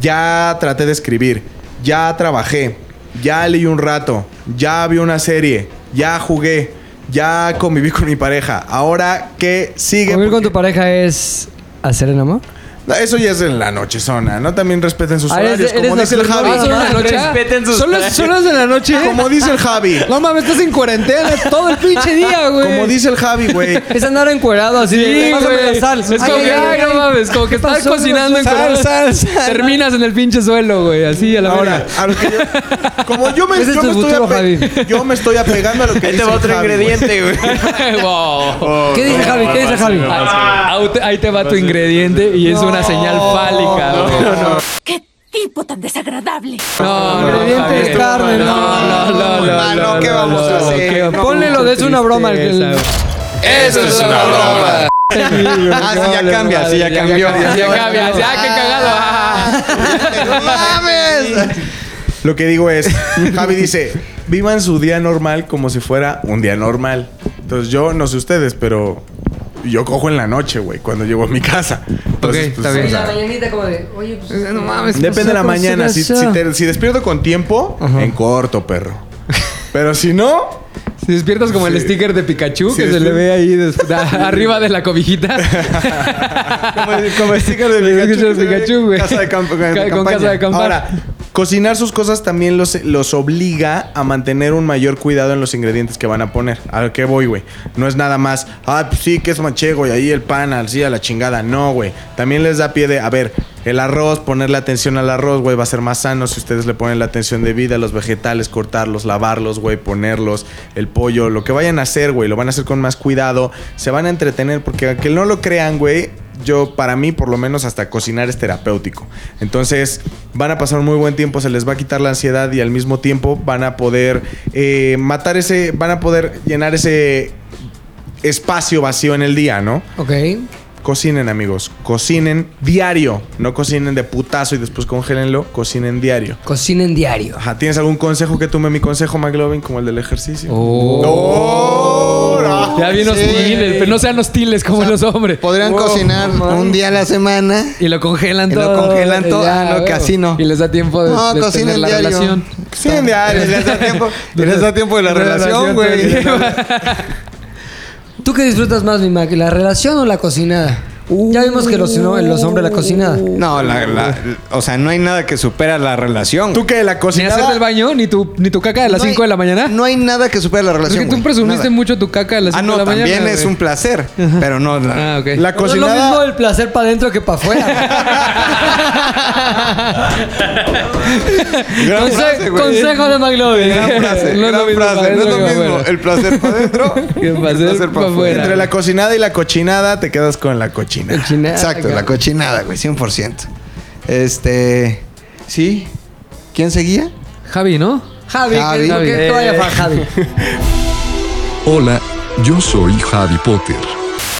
A: ya traté de escribir, ya trabajé, ya leí un rato, ya vi una serie, ya jugué, ya conviví con mi pareja, ahora que sigue...
B: Convivir con
A: Porque-
B: tu pareja es hacer el amor.
A: No, Eso ya es en la noche zona, ¿no? También respeten sus
B: Ah, eres-
A: horarios,
B: eres
A: como dice el
B: nocturno,
A: Javi.
C: Ah, ¿Son las de la noche?
J: Respeten sus
C: ¿Son las,
J: horarios.
C: son las de la noche?
A: Como dice el Javi.
C: No mames, estás en cuarentena todo el pinche día, güey.
A: Como dice el Javi, güey.
B: Es andar encuerado así. de,
C: Sí,
B: "Pásame
C: güey.
B: la sal".
C: Es como
B: Ay,
C: que,
B: ay,
C: ay, no
B: ay.
C: mames, como que estás
B: pasó?
C: cocinando en
B: Sal,
C: cuarentena,
A: sal, sal.
C: Terminas en el pinche suelo, güey, así a la hora.
A: Ahora, a lo que yo- como yo me,
B: Ese es
A: yo,
B: tu
A: me estoy
B: futuro,
A: ape- yo me estoy apegando a lo que
J: Ahí te
A: dice
J: va
A: el
J: otro
A: Javi, güey.
J: ingrediente, güey.
C: wow.
B: ¿Qué dice Javi? ¿Qué dice Javi?
E: Ah,
C: Ahí te- ahí te va tu ingrediente y es una señal fálica. güey.
H: ¡Qué tipo tan desagradable!
C: No, no,
B: Ingrediente
C: Javier.
B: es carne, no.
C: No, no, no,
A: Ah, no,
C: no,
A: ¿qué
C: no,
A: vamos a
C: no,
A: hacer?
C: qué-
A: No,
B: Ponle lo de es una broma al-
C: Tristeza, güey.
J: Eso es una broma.
E: Ah, sí, ya cambia, sí, ya cambió.
C: Ya cambia, ya, qué cagado. ah.
E: ¡No mames!
A: Lo que digo es, Javi dice, vivan su día normal como si fuera un día normal. Entonces yo, no sé ustedes, pero yo cojo en la noche, güey, cuando llego a mi casa. Entonces,
C: Ok,
A: pues,
C: está bien.
A: o sea,
B: La mañanita como de, oye, pues,
L: este,
C: No mames.
A: Depende de la mañana. Si,
C: sí
A: si te- si despierto con tiempo, en corto, perro. Pero si no,
C: Si despiertas como el sticker de Pikachu que se le ve ahí des- da- arriba de la cobijita.
A: Como el- como el sticker de
C: El
A: Pikachu.
C: sticker de
A: que se ve
C: Pikachu, güey.
A: Casa de campo.
C: Ca- con casa de campaña.
A: Ahora, cocinar sus cosas también los, los obliga a mantener un mayor cuidado en los ingredientes que van a poner. A qué voy, güey. No es nada más, ah, pues sí, que es manchego y ahí el pan, así a la chingada. No, güey. También les da pie de, a ver, el arroz, ponerle atención al arroz, güey, va a ser más sano si ustedes le ponen la atención debida a los vegetales, cortarlos, lavarlos, güey, ponerlos, el pollo, lo que vayan a hacer, güey, lo van a hacer con más cuidado, se van a entretener, porque aunque no lo crean, güey, yo, para mí, por lo menos, hasta cocinar es terapéutico. Entonces, van a pasar un muy buen tiempo, se les va a quitar la ansiedad y al mismo tiempo van a poder eh, matar ese, van a poder llenar ese espacio vacío en el día, ¿no?
B: Ok.
A: Cocinen, amigos. Cocinen diario. No cocinen de putazo y después congélenlo. Cocinen diario.
B: Cocinen diario.
A: Ajá, ¿Tienes algún consejo que tome mi consejo, McLovin, como el del ejercicio?
C: Oh, ya bien hostiles, pero no sean hostiles como los hombres.
L: Podrían cocinar un día a la semana.
C: Y lo congelan
L: Y lo
C: todo.
L: congelan todo.
C: Ya,
L: Ah, no,
C: huevo.
L: que así no.
C: Y les da tiempo de,
L: No,
C: de
L: cocinen
C: tener la
L: diario.
C: relación.
A: Cocinen diario. Les da tiempo, les da tiempo de la relación, güey.
B: ¿Tú qué disfrutas más, mi Mac? ¿La relación o la cocinada? ya vimos que los, no, los hombres la cocinada.
L: No, la, la- o sea, no hay nada que supera la relación.
A: ¿Tú qué? ¿La
C: Ni
A: cocinada?
C: hacerte el baño, ni tu, ni tu caca de las
L: No hay-
C: 5 de la mañana.
L: No hay nada que supere la
C: es
L: relación.
C: que tú
L: güey.
C: presumiste
L: Nada.
C: mucho tu caca de las 5
L: Ah,
C: de
L: no,
C: la mañana.
L: también es
C: güey.
L: un placer, pero no. la-
C: Ah, ok.
A: La
B: No es lo
A: cocinada.
B: mismo el placer para adentro que para afuera.
L: Gran
C: Conse-
L: frase, güey.
C: consejo de McLovin.
L: Gran
C: No
L: frase,
C: es lo
L: gran
C: mismo para
L: frase. No
C: adentro
L: es lo
C: que para
L: mismo
C: afuera.
L: el placer para adentro
C: Que el placer para afuera.
A: Entre la cocinada y la cochinada te quedas con la cochinada.
B: Cochinada,
L: Exacto,
B: cabrón.
L: la cochinada, güey, 100%. Este. ¿Sí? ¿Quién seguía?
C: Javi, ¿no?
B: Javi,
L: Javi.
B: que, que
C: Eh.
B: todavía para Javi.
M: Hola, yo soy Harry Potter.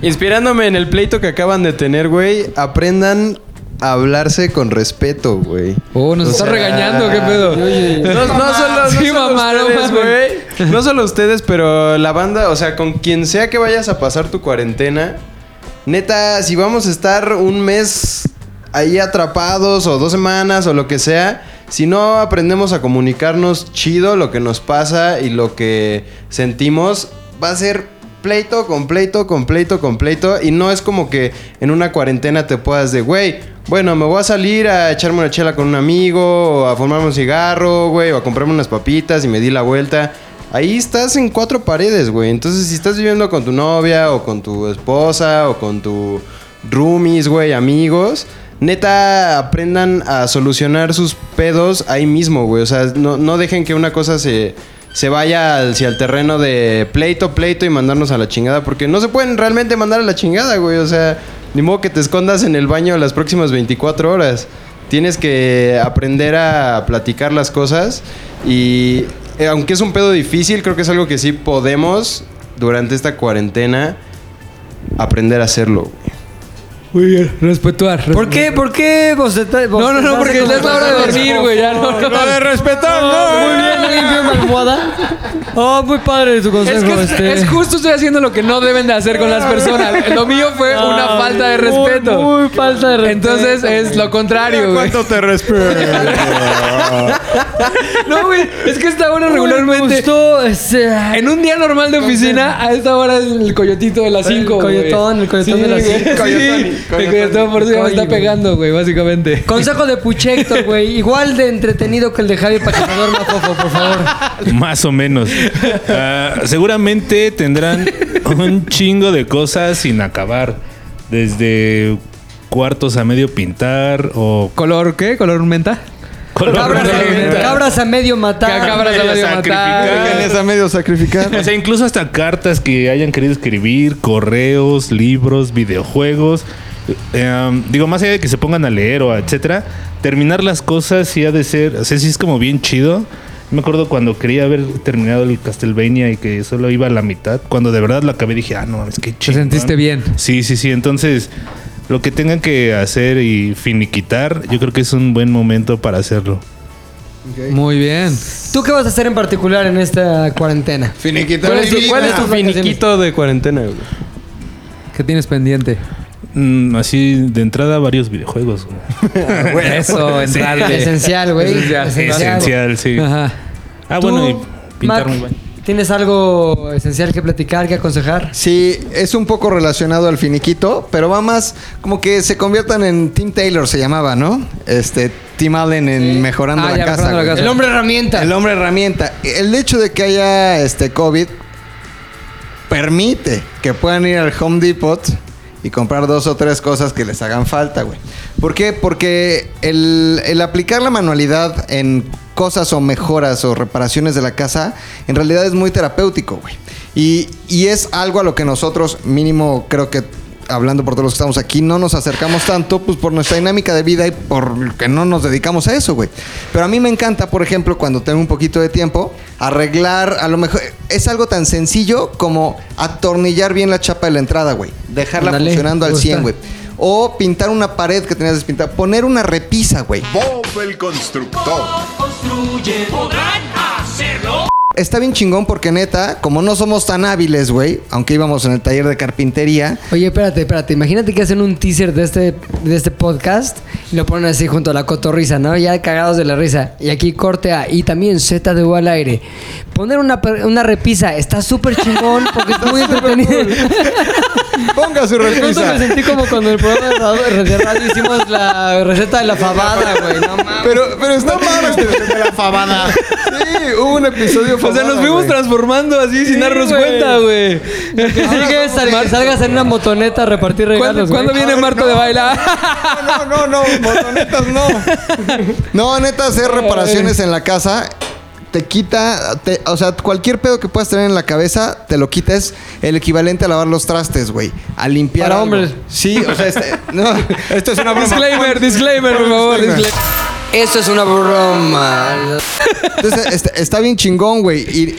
E: Inspirándome en el pleito que acaban de tener, güey, aprendan a hablarse con respeto, güey.
C: Oh, nos
E: O
C: está
E: sea,
C: regañando, qué pedo.
E: No, no solo, no
C: Sí,
E: solo
C: mamá, no
E: ustedes,
C: mames.
E: güey. No solo ustedes, pero la banda, o sea, con quien sea que vayas a pasar tu cuarentena, neta, si vamos a estar un mes ahí atrapados o dos semanas o lo que sea, si no aprendemos a comunicarnos chido lo que nos pasa y lo que sentimos, va a ser pleito con pleito con pleito con pleito y no es como que en una cuarentena te puedas de, güey, bueno, me voy a salir a echarme una chela con un amigo o a fumarme un cigarro, güey, o a comprarme unas papitas y me di la vuelta. Ahí estás en cuatro paredes, güey. Entonces, si estás viviendo con tu novia o con tu esposa o con tu roomies, güey, amigos, neta, aprendan a solucionar sus pedos ahí mismo, güey. O sea, no, no dejen que una cosa se, se vaya hacia el terreno de pleito, pleito y mandarnos a la chingada, porque no se pueden realmente mandar a la chingada, güey. O sea, ni modo que te escondas en el baño las próximas 24 horas. Tienes que aprender a platicar las cosas y eh, aunque es un pedo difícil, creo que es algo que sí podemos durante esta cuarentena aprender a hacerlo. güey.
C: Muy bien, eh, respetuar.
B: ¿Por qué? ¿Por qué vos
C: No, no, no, porque ya es la hora de dormir, güey. Ya no, no.
L: de respetar,
B: Muy bien, limpio mi almohada. Oh, muy padre tu consejo.
C: Es que es,
B: este.
C: es justo estoy haciendo lo que no deben de hacer con las personas. Lo mío fue una
B: Ay,
C: falta de
B: muy,
C: respeto.
B: Muy, falta de respeto.
C: Entonces es lo contrario, güey.
A: te respeto?
C: No, güey. Es que esta hora
B: Uy,
C: regularmente.
B: Justo, este,
C: En un día normal de oficina, a esta hora es el coyotito de las 5.
B: coyotón, el coyotón de las cinco.
C: Sí, el coyotón por eso ya me está
B: Coy, güey.
C: pegando, güey, básicamente.
B: Consejo de Puchector, güey. Igual de entretenido que el de Javi para que se duerma, Fofo, por favor.
I: Más o menos. Ah, seguramente tendrán un chingo de cosas sin acabar. Desde cuartos a medio pintar o
C: ¿Color qué? ¿Color menta?
I: color
B: Cabras a,
I: pintar.
B: cabras a medio matar.
C: Cabras a medio matar.
I: sacrificar.
L: Tienes a medio sacrificar.
I: O sea, incluso hasta cartas que hayan querido escribir, correos, libros, videojuegos. Eh, um, digo, más allá de que se pongan a leer o a etcétera, terminar las cosas sí ha de ser, o sea, sí es como bien chido. Me acuerdo cuando quería haber terminado el Castlevania y que solo iba a la mitad. Cuando de verdad lo acabé dije, ah, no, es que
C: Te
I: chido.
C: sentiste bien.
I: Sí, sí, sí. Entonces, lo que tengan que hacer y finiquitar, yo creo que es un buen momento para hacerlo.
C: Muy bien.
B: ¿Tú qué vas a hacer en particular en esta cuarentena?
L: Finiquitar
B: ¿Cuál es tu-
L: mi
B: cuál
L: vida.
I: Ah,
B: es tu finiquito?
E: de cuarentena, güey.
C: ¿Qué tienes pendiente?
I: Mm, así de entrada, varios videojuegos. güey.
C: Ah, Eso, entrarle.
B: Esencial, güey.
C: Esencial.
I: Esencial, sí.
C: Ajá.
I: Ah,
B: ¿Tú,
I: bueno, y pintar
B: Mac?
I: un baño.
B: ¿Tienes algo esencial que platicar, que aconsejar?
E: Sí, es un poco relacionado al finiquito, pero va más como que se conviertan en Tim Taylor, se llamaba, ¿no? Este, Tim Allen en Mejorando,
B: Ah,
E: la,
B: ya,
E: casa,
B: Mejorando la
E: güey.
B: Casa. El hombre herramienta.
E: El hombre herramienta. El hecho de que haya este COVID permite que puedan ir al Home Depot y comprar dos o tres cosas que les hagan falta, güey. ¿Por qué? Porque el, el aplicar la manualidad en cosas o mejoras o reparaciones de la casa, en realidad es muy terapéutico, güey. Y, y es algo a lo que nosotros, mínimo, creo que hablando por todos los que estamos aquí, no nos acercamos tanto, pues por nuestra dinámica de vida y por que no nos dedicamos a eso, güey. Pero a mí me encanta, por ejemplo, cuando tengo un poquito de tiempo, arreglar, a lo mejor, es algo tan sencillo como atornillar bien la chapa de la entrada, güey. Dejarla
B: Ándale, me
E: funcionando al
B: gusta.
E: 100, güey. O pintar una pared que tenías despintada. Poner una repisa, güey.
L: Bob el constructor. construye, podrán hacerlo.
E: Está bien chingón porque neta, como no somos tan hábiles, güey, aunque íbamos en el taller de carpintería,
B: Oye, espérate, espérate. Imagínate que hacen un teaser de este, de este podcast y lo ponen así junto a la cotorrisa, ¿no? Ya cagados de la risa. Y aquí corte A. Y también Z de U al aire. Poner una, per- una repisa está súper chingón porque está muy entretenido.
E: Ponga su
B: De pronto me sentí como cuando en el programa de radio, de radio hicimos la receta de la fabada, güey. No mames.
E: Pero, pero está mal de, la este fabada. Sí, hubo un episodio
C: O sea, nos fuimos transformando así sin darnos
B: güey.
C: cuenta, güey.
B: Que sigue sal- que salgas en una motoneta a repartir
C: ¿Cuándo,
B: regalos, güey.
C: cuándo viene Marta de bailar?
E: No, no, no, motonetas no. No, neta, hacer reparaciones en la casa te quita, te- o sea, cualquier pedo que puedas tener en la cabeza, te lo quita. Es el equivalente a lavar los trastes, güey. A limpiar.
B: Para
E: algo.
B: hombres.
E: Sí, o sea, este- no, esto es una broma.
C: disclaimer, disclaimer, por favor. disclaimer.
B: Esto es una broma.
E: Entonces, este- está, bien chingón, güey. Y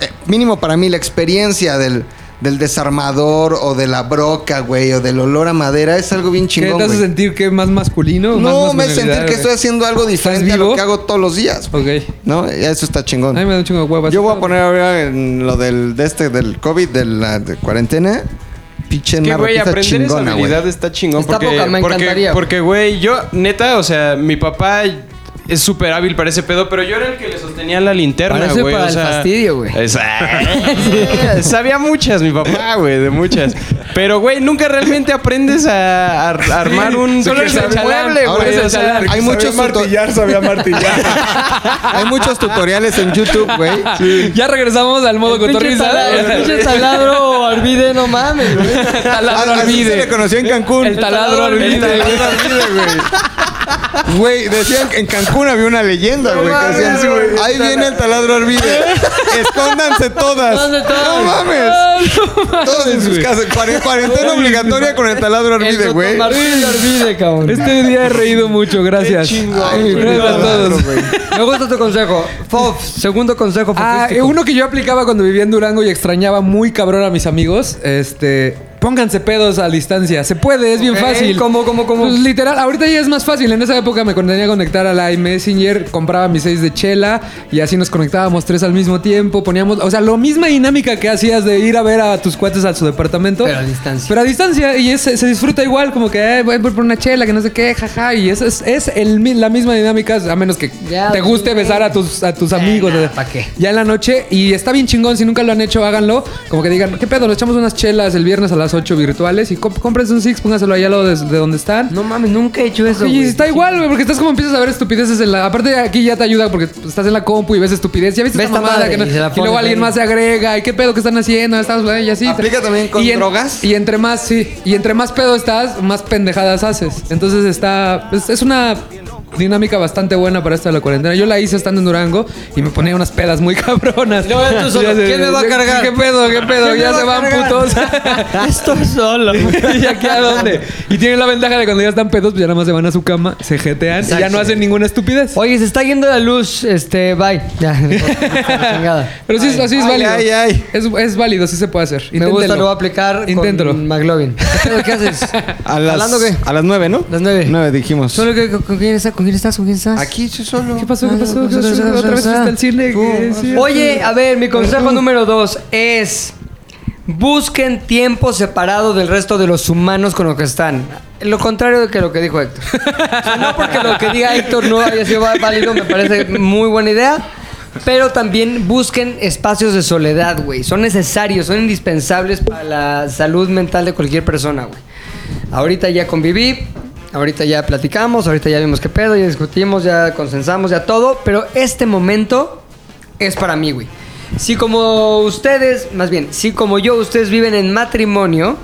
E: eh, mínimo para mí la experiencia del, del desarmador o de la broca, güey, o del olor a madera es algo bien
C: ¿Qué
E: chingón,
C: te hace
E: güey.
C: sentir que más masculino? o más
E: No, me hace
C: masculinidad,
E: sentir que estoy
C: güey?
E: haciendo algo diferente a
C: vivo?
E: lo que hago todos los días. güey.
C: Ok.
E: ¿No? Ya Eso está chingón.
C: A mí me da un chingo de huevas.
E: Yo voy a poner ahora en lo del, de este, del COVID, de la de cuarentena. Pinche
D: Que,
E: una
D: güey,
E: repisa
D: aprender
E: chingona,
D: esa
E: güey.
D: habilidad está chingón.
B: Está
D: porque,
B: poca, me
D: porque-
B: encantaría.
D: Porque, güey, yo, neta, o sea, mi papá es súper hábil para ese pedo, pero yo era el que le sostenía la linterna,
B: Para eso y
D: güey.
B: para
D: o
B: el
D: sea,
B: fastidio, güey.
D: Esa- Sabía muchas, mi papá, güey, de muchas. Pero, güey, nunca realmente aprendes a, a- a armar un
C: solo eres el chalán.
D: mueble,
E: Ahora
D: güey.
E: eres
D: o
E: el
D: sea,
E: chalán. Hay muchos,
A: sabía
E: tuto-
A: martillar, sabía martillar.
E: hay muchos tutoriales en YouTube, güey.
C: Ya regresamos al modo
B: Pinche
C: cotorriza.
B: taladro, el pinche taladro Arvide, no mames, güey.
C: taladro
E: Así se
C: arvide.
E: le conoció en Cancún.
C: El taladro
E: El
C: arvide.
E: taladro arvide, güey. Güey, decían que en Cancún había una leyenda, güey. que decían, sí, güey, Ahí viene el taladro arvide. Escóndanse todas.
B: ¿Dónde
E: No
B: todo?
E: mames. Todos en sus casas. Cuare- Cuarentena obligatoria con el taladro arvide, güey.
B: Martín Arvide, cabrón.
C: Este día he reído mucho, gracias.
E: Ay, güey,
C: Gracias a
E: taladro,
C: todos.
E: güey.
B: Me gusta tu consejo. Fof, segundo consejo
C: Ah, eh,
B: fofístico.
C: uno que yo aplicaba cuando vivía en Durango y extrañaba muy cabrón a mis amigos. Este, pónganse pedos a distancia. Se puede, es bien
B: Ok,
C: fácil.
B: Eh, ¿cómo, cómo, cómo?
C: Pues, literal, ahorita ya es más fácil. En esa época me tenía que conectar a la iMessenger, compraba mis seis de chela y así nos conectábamos tres al mismo tiempo. Poníamos, o sea, lo misma dinámica que hacías de ir a ver a tus cuates a su departamento.
B: Pero a distancia.
C: Pero a distancia y es- se disfruta igual, como que eh, voy por una chela, que no sé qué, jaja. Y es, es, es el mi- la misma dinámica, a menos que
B: Ya,
C: te guste
B: güey.
C: besar a tus, a tus amigos.
B: nah,
C: o sea,
B: ¿pa' qué?
C: ya en la noche y está bien chingón. Si nunca lo han hecho, háganlo. Como que digan, ¿qué pedo? Nos echamos unas chelas el viernes a las 8 virtuales y comp- cómprense un six, póngaselo allá al lado de, de donde están.
B: No mames, nunca he hecho eso,
C: y
B: güey.
C: está igual, güey, porque estás como empiezas a ver estupideces en la. Aparte, aquí ya te ayuda porque estás en la compu y ves estupidez. Ya viste
B: Ves
C: esta
B: esta
C: mamada
B: madre
C: que no-
B: y se la
C: y, luego
B: pones
C: alguien
B: ahí.
C: más se agrega. ¿Y qué pedo que están haciendo? Estamos eh, y así.
E: ¿Aplica también con
C: Y en-
E: drogas?
C: Y entre más, sí. Y entre más pedo estás, más pendejadas haces. Entonces está. Es, es una dinámica bastante buena para esta de la cuarentena. Yo la hice estando en Durango y me ponía unas pedas muy cabronas.
B: Yo, tú solo.
C: Ya sé,
B: ¿Quién me va a
C: ¿qué-
B: cargar?
C: ¿Qué pedo? ¿Qué pedo?
B: ¿Quién me
C: Ya
B: va
C: se
B: a
C: van
B: cargar?
C: putos.
B: Estoy solo.
C: ¿Y aquí a dónde? Y tienen la ventaja de cuando ya están pedos, pues ya nada más se van a su cama, se jetean y ya no hacen ninguna estupidez.
B: Oye, se está yendo la luz. Este, bye. Ya, la chingada.
C: Pero sí, es- así es
E: Ay,
C: válido.
E: ay, ay.
C: Es, es válido, sí se puede hacer.
B: Me gusta,
C: Inténtelo.
B: lo voy a aplicar
C: Inténtalo.
B: con McLovin. ¿Qué pedo, ¿Qué haces?
E: A las,
B: ¿Hablando qué?
E: a las nueve, ¿no?
B: Las nueve.
E: Nueve dijimos.
B: ¿Solo que, con, con quién estás? ¿Con quién estás? ¿Con quién estás?
E: Aquí yo solo.
C: ¿Qué pasó? ¿Qué pasó? ¿Qué pasó? ¿Otra vez fuiste al cine? ¿Qué? Sí.
B: Oye, a ver, mi consejo número dos es busquen tiempo separado del resto de los humanos con lo que están. Lo contrario de que lo que dijo Héctor. O sea, no porque lo que diga Héctor no haya sido válido, me parece muy buena idea. Pero también busquen espacios de soledad, güey. Son necesarios, son indispensables para la salud mental de cualquier persona, güey. Ahorita ya conviví, ahorita ya platicamos, ahorita ya vimos qué pedo, ya discutimos, ya consensamos, ya todo. Pero este momento es para mí, güey. Si como ustedes, más bien, si como yo, ustedes viven en matrimonio,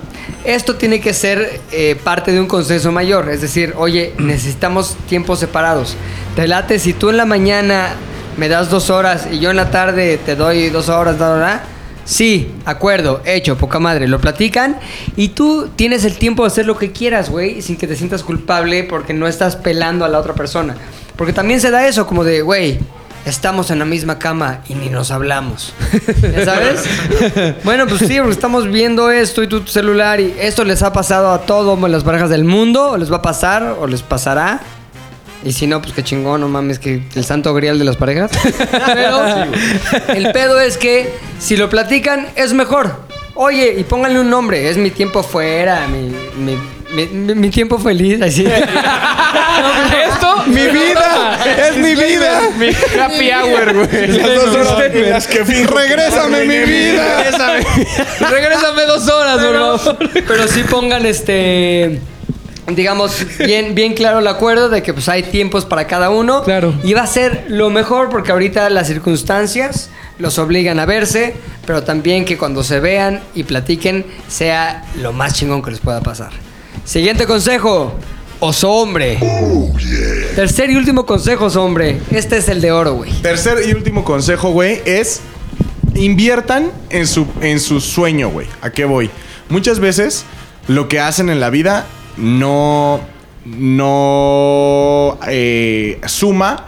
B: esto tiene que ser eh, parte de un consenso mayor. Es decir, oye, necesitamos tiempos separados. Te late, si tú en la mañana me das dos horas y yo en la tarde te doy dos horas, da, da, da. Sí, acuerdo, hecho, poca madre, lo platican y tú tienes el tiempo de hacer lo que quieras, güey, sin que te sientas culpable porque no estás pelando a la otra persona. Porque también se da eso, como de, güey, estamos en la misma cama y ni nos hablamos. ¿Ya sabes? bueno, pues sí, porque estamos viendo esto y tu celular y esto les ha pasado a todas las parejas del mundo, o les va a pasar, o les pasará. Y si no, pues qué chingón, no mames, que el santo grial de las parejas. Pero el pedo es que si lo platican es mejor. Oye, y pónganle un nombre, es mi tiempo fuera, mi, mi, mi- mi- mi tiempo feliz, así.
C: Esto,
A: mi vida, es mi vida.
D: Mi happy hour, güey.
A: Las dos horas en las que fui.
E: Regrésame mi vida.
C: Regrésame dos horas,
B: pero, pero sí pongan este digamos bien bien claro el acuerdo de que pues hay tiempos para cada uno
C: Claro.
B: y va a ser lo mejor porque ahorita las circunstancias los obligan a verse pero también que cuando se vean y platiquen sea lo más chingón que les pueda pasar siguiente consejo oso hombre tercer y último consejo oso hombre este es el de oro güey
A: Tercer y último consejo, güey, es inviertan en su, en su sueño, güey. ¿A qué voy? Muchas veces lo que hacen en la vida no, no eh, suma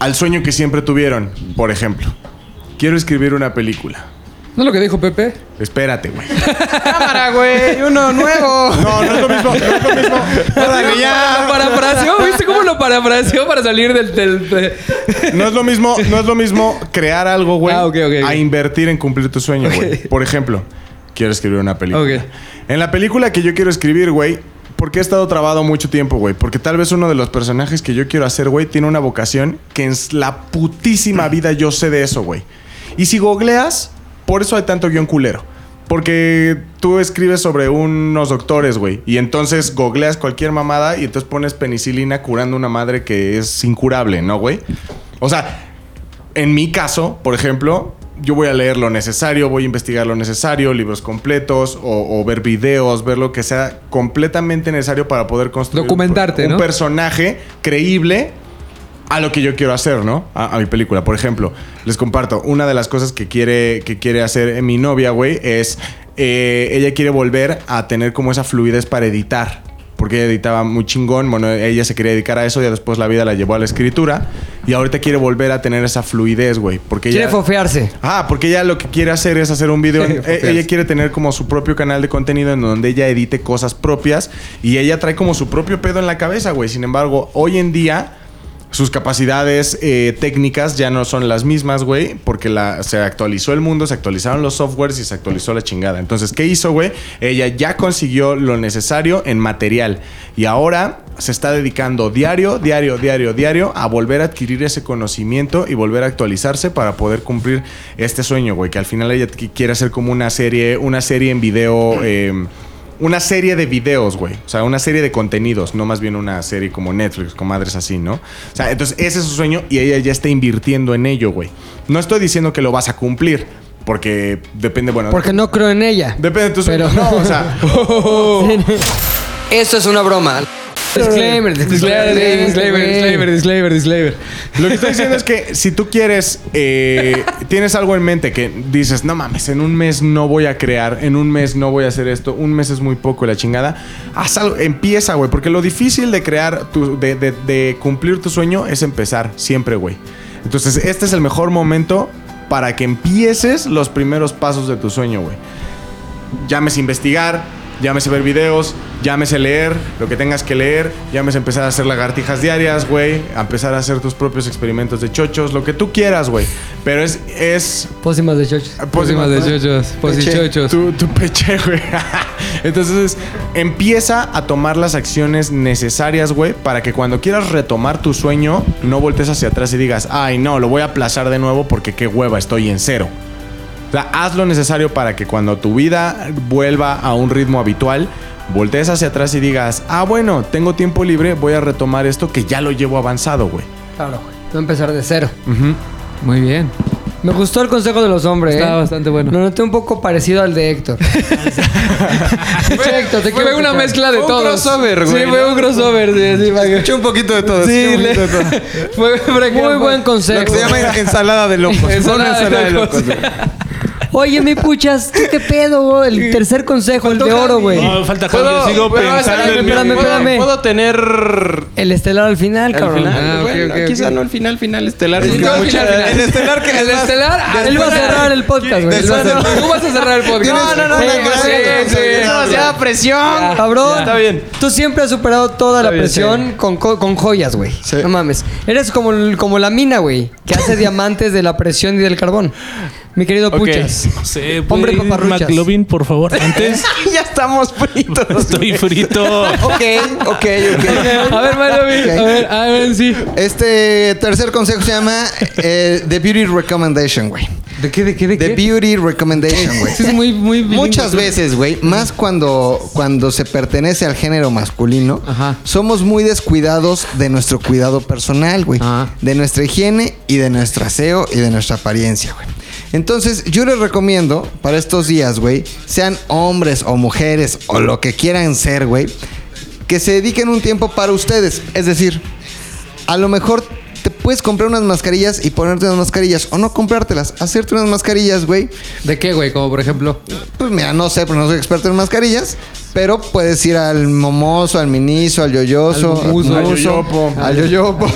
A: al sueño que siempre tuvieron. Por ejemplo, quiero escribir una película.
C: ¿No es lo que dijo Pepe?
A: Espérate, güey.
D: Cámara, güey. Uno nuevo.
A: No, no es lo mismo, no es lo mismo. Órale, ya.
C: Lo parafraseó, ¿viste cómo lo parafraseó para salir del... del- de-
A: No es lo mismo, no es lo mismo crear algo, güey,
C: Ah, ok, ok, ok.
A: a invertir en cumplir tu sueño, güey. Por ejemplo, quiero escribir una película.
C: Ok.
A: En la película que yo quiero escribir, güey, porque he estado trabado mucho tiempo, güey, porque tal vez uno de los personajes que yo quiero hacer, güey, tiene una vocación que en la putísima vida yo sé de eso, güey. Y si googleas, por eso hay tanto guión culero. Porque tú escribes sobre unos doctores, güey. Y entonces googleas cualquier mamada y entonces pones penicilina curando una madre que es incurable, ¿no, güey? O sea, en mi caso, por ejemplo, yo voy a leer lo necesario, voy a investigar lo necesario, libros completos o, o ver videos, ver lo que sea completamente necesario para poder construir
C: Documentarte,
A: un, un
C: ¿no?
A: personaje creíble a lo que yo quiero hacer, ¿no? A, a mi película. Por ejemplo, les comparto, una de las cosas que quiere, que quiere hacer mi novia, güey, es eh, ella quiere volver a tener como esa fluidez para editar. Porque ella editaba muy chingón, bueno, ella se quería dedicar a eso, ya después la vida la llevó a la escritura. Y ahorita quiere volver a tener esa fluidez, güey. Porque
B: quiere
A: ella-
B: fofearse
A: Ah, porque ella lo que quiere hacer es hacer un video.
C: Genio,
A: Eh, ella quiere tener como su propio canal de contenido en donde ella edite cosas propias y ella trae como su propio pedo en la cabeza, güey. Sin embargo, hoy en día sus capacidades eh, técnicas ya no son las mismas, güey, porque la, se actualizó el mundo, se actualizaron los softwares y se actualizó la chingada. Entonces, ¿qué hizo, güey? Ella ya consiguió lo necesario en material y ahora se está dedicando diario, diario, diario, diario a volver a adquirir ese conocimiento y volver a actualizarse para poder cumplir este sueño, güey, que al final ella qu- quiere hacer como una serie, una serie en video. eh, una serie de videos, güey. O sea, una serie de contenidos, no más bien una serie como Netflix, comadres así, ¿no? O sea, entonces ese es su sueño y ella ya está invirtiendo en ello, güey. No estoy diciendo que lo vas a cumplir, porque depende, bueno.
B: porque no creo en ella
A: Depende de tu sueño.
B: Pero-
A: No, o sea.
B: esto es una broma disclaimer
C: Disclaimer, disclaimer, disclaimer, disclaimer, disclaimer.
A: Lo que estoy diciendo es que si tú quieres, eh, tienes algo en mente que dices, no mames, en un mes no voy a crear, en un mes no voy a hacer esto, un mes es muy poco y la chingada, haz algo, empieza, güey, porque lo difícil de crear, tu- de, de- de cumplir tu sueño es empezar, siempre, güey. Entonces, este es el mejor momento para que empieces los primeros pasos de tu sueño, güey llámese investigar, llámese ver videos, llámese leer lo que tengas que leer, llámese empezar a hacer lagartijas diarias, güey, a empezar a hacer tus propios experimentos de chochos, lo que tú quieras, güey. Pero es. es
B: Pócimas de chochos.
A: Ah,
C: Pócimas de pues, chochos, posichochos.
A: Tu, tu peche, güey. Entonces, empieza a tomar las acciones necesarias, güey, para que cuando quieras retomar tu sueño, no voltees hacia atrás y digas, ay, no, lo voy a aplazar de nuevo porque qué hueva, estoy en cero. O sea, haz lo necesario para que cuando tu vida vuelva a un ritmo habitual, voltees hacia atrás y digas, ah, bueno, tengo tiempo libre, voy a retomar esto que ya lo llevo avanzado, güey.
B: Claro, güey. No empezar de cero.
C: Muy bien.
B: Me gustó el consejo de los hombres.
C: Estaba
B: ¿eh?
C: bastante bueno.
B: Lo noté un poco parecido al de Héctor. Héctor, te
C: Fue
B: quiero
C: una
B: escuchar.
C: mezcla de
D: Fue un
C: todos.
D: crossover, güey,
C: Sí, fue
D: ¿no?
C: un crossover. Sí, sí, para que-
E: Escuché un poquito de todo.
C: Sí,
E: escuché un
C: le-
E: poquito de todo.
C: fue fue-
B: Muy buen consejo.
E: Lo que se llama ensalada de locos. Fue
C: Ensalada
E: una
C: de
E: ensalada de
C: locos.
E: locos, güey.
B: Oye, mi puchas, ¿tú qué pedo, güey? El tercer consejo, el de oro, güey.
I: No, falta Javier. Sigo
D: pero
I: pensando en mí.
B: espérame,
D: ¿Puedo-
B: espérame.
D: Puedo tener
B: El estelar al final,
D: Al
B: cabrón.
D: final,
C: Ah,
D: bueno,
C: ok, ok,
D: quizá
C: ok.
D: no al final, final estelar.
C: Sí,
D: porque
C: no, al
D: muchas-
C: final, final.
E: El
B: este
E: estelar que
C: El
E: les vas-
C: estelar,
B: Él
C: ah,
B: va a
C: Después-
B: cerrar el podcast, güey. Él va a cerrar-
C: Tú vas a cerrar el podcast.
E: Tienes-
D: No, no, no,
E: Sí,
D: no,
E: sí,
D: gracias.
E: sí, sí.
D: Demasiada presión.
B: Cabrón,
D: Está bien.
B: tú siempre has superado toda la
D: bien,
B: presión con, co- con joyas, güey.
E: Sí.
B: No mames. Eres como, el- como la mina, güey, que hace diamantes de la presión y del carbón. Mi querido
D: Ok.
B: Puchas.
I: No sé,
B: Hombre
I: güey,
B: paparruchas.
I: McLovin, por favor. Antes
D: ya estamos fritos.
I: estoy frito.
E: Ok, ok, ok.
C: A ver, Mario, a ver, a ver, sí.
E: Este tercer consejo se llama eh, The Beauty Recommendation, güey.
C: ¿De qué, de qué, de
E: The Beauty Recommendation, güey.
C: Sí, es muy, muy bilingüe.
E: Muchas veces, güey, más cuando, cuando se pertenece al género masculino,
C: Ajá.
E: somos muy descuidados de nuestro cuidado personal, güey.
C: Ajá.
E: De nuestra higiene y de nuestro aseo y de nuestra apariencia, güey. Entonces, yo les recomiendo para estos días, güey, sean hombres o mujeres o lo que quieran ser, güey, que se dediquen un tiempo para ustedes. Es decir, a lo mejor te puedes comprar unas mascarillas y ponerte unas mascarillas o no comprártelas, hacerte unas mascarillas, güey.
C: ¿De qué, güey? Como por ejemplo.
E: Pues mira, no sé, pero no soy experto en mascarillas. Pero puedes ir al momoso, al miniso, al yoyoso,
C: Al muso.
E: al yoyopo. Al yoyopo.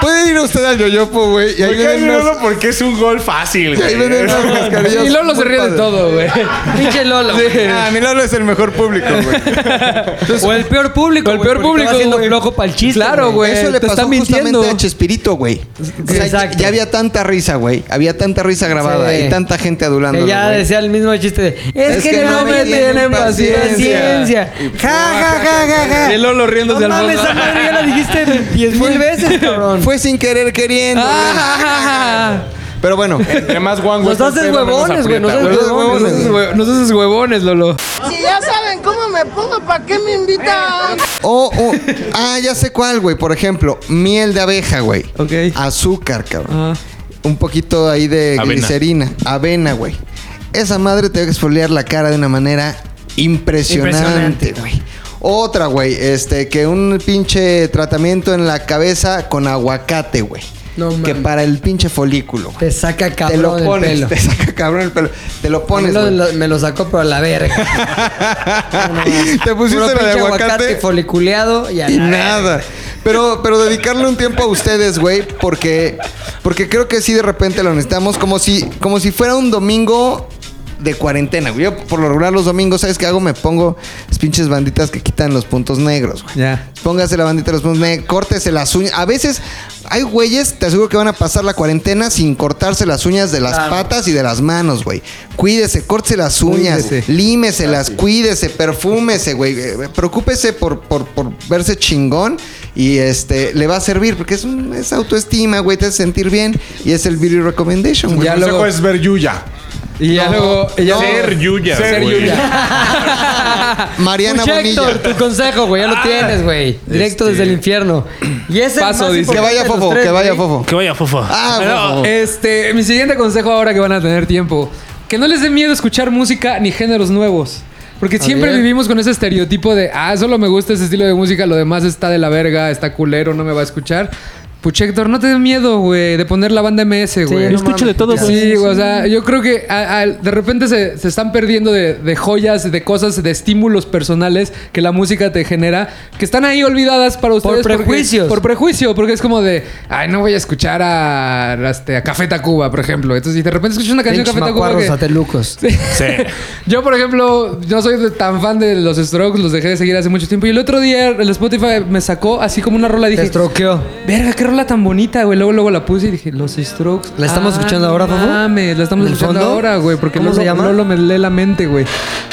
E: Puede ir usted al yoyopo, güey. Y ahí
A: Oigan,
E: venden unas,
A: no, porque es un gol fácil,
E: y ahí
A: güey.
E: venden unas mascarillas.
C: Y Lolo se
E: muy
C: ríe de
E: padres.
C: todo, güey.
B: Pinche Lolo. güey.
E: Ah, mi Lolo es el mejor público, güey.
B: o el peor público.
C: O el
B: güey, porque te va
C: peor público,
B: haciendo
C: güey.
B: flojo para el chiste.
C: Claro, güey.
E: Eso le
C: te
E: pasó
C: está mintiendo.
E: justamente a Chespirito, güey. O sea, ya,
B: Exacto.
E: ya había tanta risa, güey. Había tanta risa grabada
B: Sí.
E: y tanta gente adulándolo,
B: Que ya
E: güey.
B: decía el mismo chiste de, es, que, no me tienen paciencia. Ja, ja, ja, ja, ja.
C: Y el Lolo riéndose
B: No
C: al
B: mames,
C: fondo.
B: esa madre ya la dijiste diez mil veces, cabrón.
E: Fue sin querer queriendo.
C: Ah,
E: güey. Pero bueno,
A: Entre más guango
B: Nos
A: es un
B: haces
A: pedo, menos
B: huevones, güey, nos
A: aprieta,
B: haces
E: huevones,
C: No seas hue- No seas huevones, Lolo.
N: Si ya saben cómo me pongo, ¿para qué me invitan?
E: O, o- ah, ya sé cuál, güey. Por ejemplo, miel de abeja, güey.
C: Ok.
E: Azúcar, cabrón.
C: Ah.
E: Un poquito ahí de
I: Avena.
E: glicerina. Avena, güey. Esa madre te va a exfoliar la cara de una manera impresionante, güey. Otra, güey. Este, que un pinche tratamiento en la cabeza con aguacate, güey.
B: No
E: que
B: mames.
E: para el pinche folículo, güey.
B: Te saca
E: Te lo
B: cabrón el
E: pones,
B: pelo.
E: te saca cabrón el pelo. Te lo pones,
B: Lo-
E: güey.
B: lo- me lo sacó, pero a la verga.
E: Te
B: Puro
E: pusiste la de
B: pinche
E: aguacate
B: foliculeado y a
E: Y
B: la
E: nada. Pero, pero dedicarle un tiempo a ustedes, güey, porque, porque creo que sí de repente lo necesitamos como si, como si fuera un domingo de cuarentena, güey. Yo por lo regular los domingos, ¿sabes qué hago? Me pongo las pinches banditas que quitan los puntos negros, güey.
C: Ya.
E: Póngase la bandita de los puntos negros, córtese las uñas. A veces hay güeyes, te aseguro que van a pasar la cuarentena sin cortarse las uñas de las patas y de las manos, güey. Cuídese, córtese las uñas,
C: Cuídese.
E: límeselas, cuídese, perfúmese, güey. Eh, Preocúpese por, por, por verse chingón y este le va a servir porque es, un- es autoestima, güey, te hace sentir bien y es el beauty recommendation, güey.
C: Ya
A: El consejo
C: luego-
A: es ver Yuya.
C: Y ya luego. y ya luego-
I: Ser Yuya,
C: Ser
I: güey.
C: Yuya.
E: Mariana
B: Pucha,
E: Bonilla.
B: Héctor, tu consejo, güey, ya lo tienes, güey. Directo desde el infierno. Y ese
C: Paso, dice.
E: Que vaya fofo, que vaya fofo.
I: Que vaya, fofa.
E: Ah,
C: Bueno,
E: fofo.
C: este, mi siguiente consejo ahora que van a tener tiempo. Que no les dé miedo escuchar música ni géneros nuevos. Porque siempre
B: bien.
C: vivimos con ese estereotipo de, ah, solo me gusta ese estilo de música, lo demás está de la verga, está culero, no me va a escuchar. Pucha, Héctor, no te dé miedo, güey, de poner la banda MS, güey.
B: no mames,
I: Escucho de todo,
B: ya.
I: güey.
C: Pues Sí, güey, o sea, yo creo que a- a- de repente se, se están perdiendo de, de joyas, de cosas, de estímulos personales que la música te genera, que están ahí olvidadas para ustedes. porque-
B: prejuicios.
C: por prejuicio, porque es como de, ay, no voy a escuchar a, este, a Café Tacuba, por ejemplo. Entonces, si de repente escuchas una canción de
B: Pinches
C: Café Tacuba...
B: macuarros
C: que-
B: satelucos.
I: Sí.
C: yo, por ejemplo, no soy de- tan fan de los Strokes, los dejé de seguir hace mucho tiempo. Y el otro día el Spotify me sacó así como una rola y
B: Te
C: dije... pues,
B: estroqueó.
C: Verga, qué rola rola tan bonita, güey. Luego, luego la puse y dije, los Strokes. Ah,
B: ¿La estamos escuchando ahora, Fofo?
C: Mames, la estamos
B: ¿En el
C: escuchando
B: fondo?
C: ahora, güey. Porque
B: ¿Cómo
C: Lolo,
B: se llama?
C: Lolo me lee la mente, güey.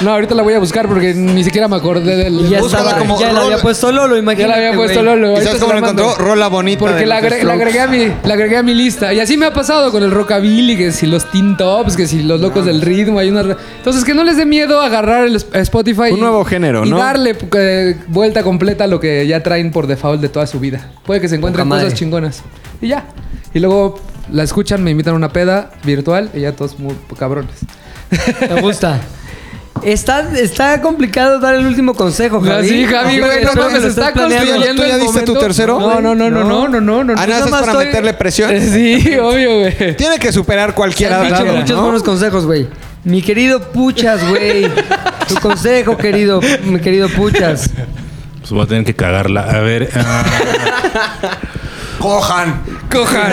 C: No, ahorita la voy a buscar porque ni siquiera me acordé del.
B: Ya
C: Búscala
B: estaba,
C: como
B: ya la había
C: rola-
B: puesto Lolo,
C: Ya
B: imagínate.
C: la había puesto
B: güey.
C: Lolo.
E: ¿Y
C: ahorita
E: sabes
C: se
E: cómo
C: la
E: lo
C: mando.
E: encontró? Rola bonita.
C: Porque
E: de
C: la,
E: los
C: agre- la
E: Strokes.
C: agregué a mi, la agregué a mi lista. Y así me ha pasado con el rockabilly, que si los teen tops, que si los locos del ritmo, hay una. Entonces que no les dé miedo agarrar el Sp- Spotify.
D: Un
C: y-
D: nuevo género,
C: y
D: ¿no?
C: darle eh, vuelta completa a lo que ya traen por default de toda su vida. Puede que se encuentren
B: Poca madre.
C: cosas chingonas. Y ya. Y luego la escuchan, me invitan a una peda virtual y ya todos muy cabrones.
B: Me gusta. Está, está complicado dar el último consejo, Javi.
C: Así, Ah, Javi, güey, no
B: Espero que
C: mames,
B: lo
C: está
B: estés planeando.
C: construyendo
E: ¿Tú ya
C: el
E: diste tu
C: momento.
E: tercero?
C: No, no, no, no, no, no, no, no.
E: Ah, no,
C: Yo
E: eso es
C: nomás
E: para
C: estoy-
E: meterle presión.
C: Sí, obvio, güey.
E: Tiene que superar cualquier
B: Has
C: Ah,
B: dicho muchos buenos consejos, güey. Mi querido Puchas, güey. tu consejo, querido, mi querido Puchas.
I: Pues voy a tener que cagarla. A ver. ah.
A: Cojan.
C: Cojan.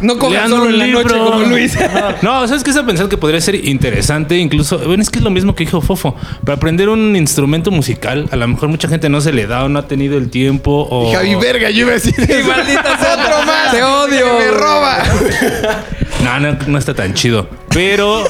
C: No cojan
I: Leandro
C: solo en la
I: libro.
C: noche como Luis.
I: No, ¿sabes qué? Es a pensar que podría ser interesante, incluso. Bueno, es que es lo mismo que dijo Fofo. Para aprender un instrumento musical, a lo mejor mucha gente no se le da o no ha tenido el tiempo. O...
E: Javi, verga, yo iba a decir eso. otro más.
C: Te odio.
E: Me roba.
I: No, no, no está tan chido. Pero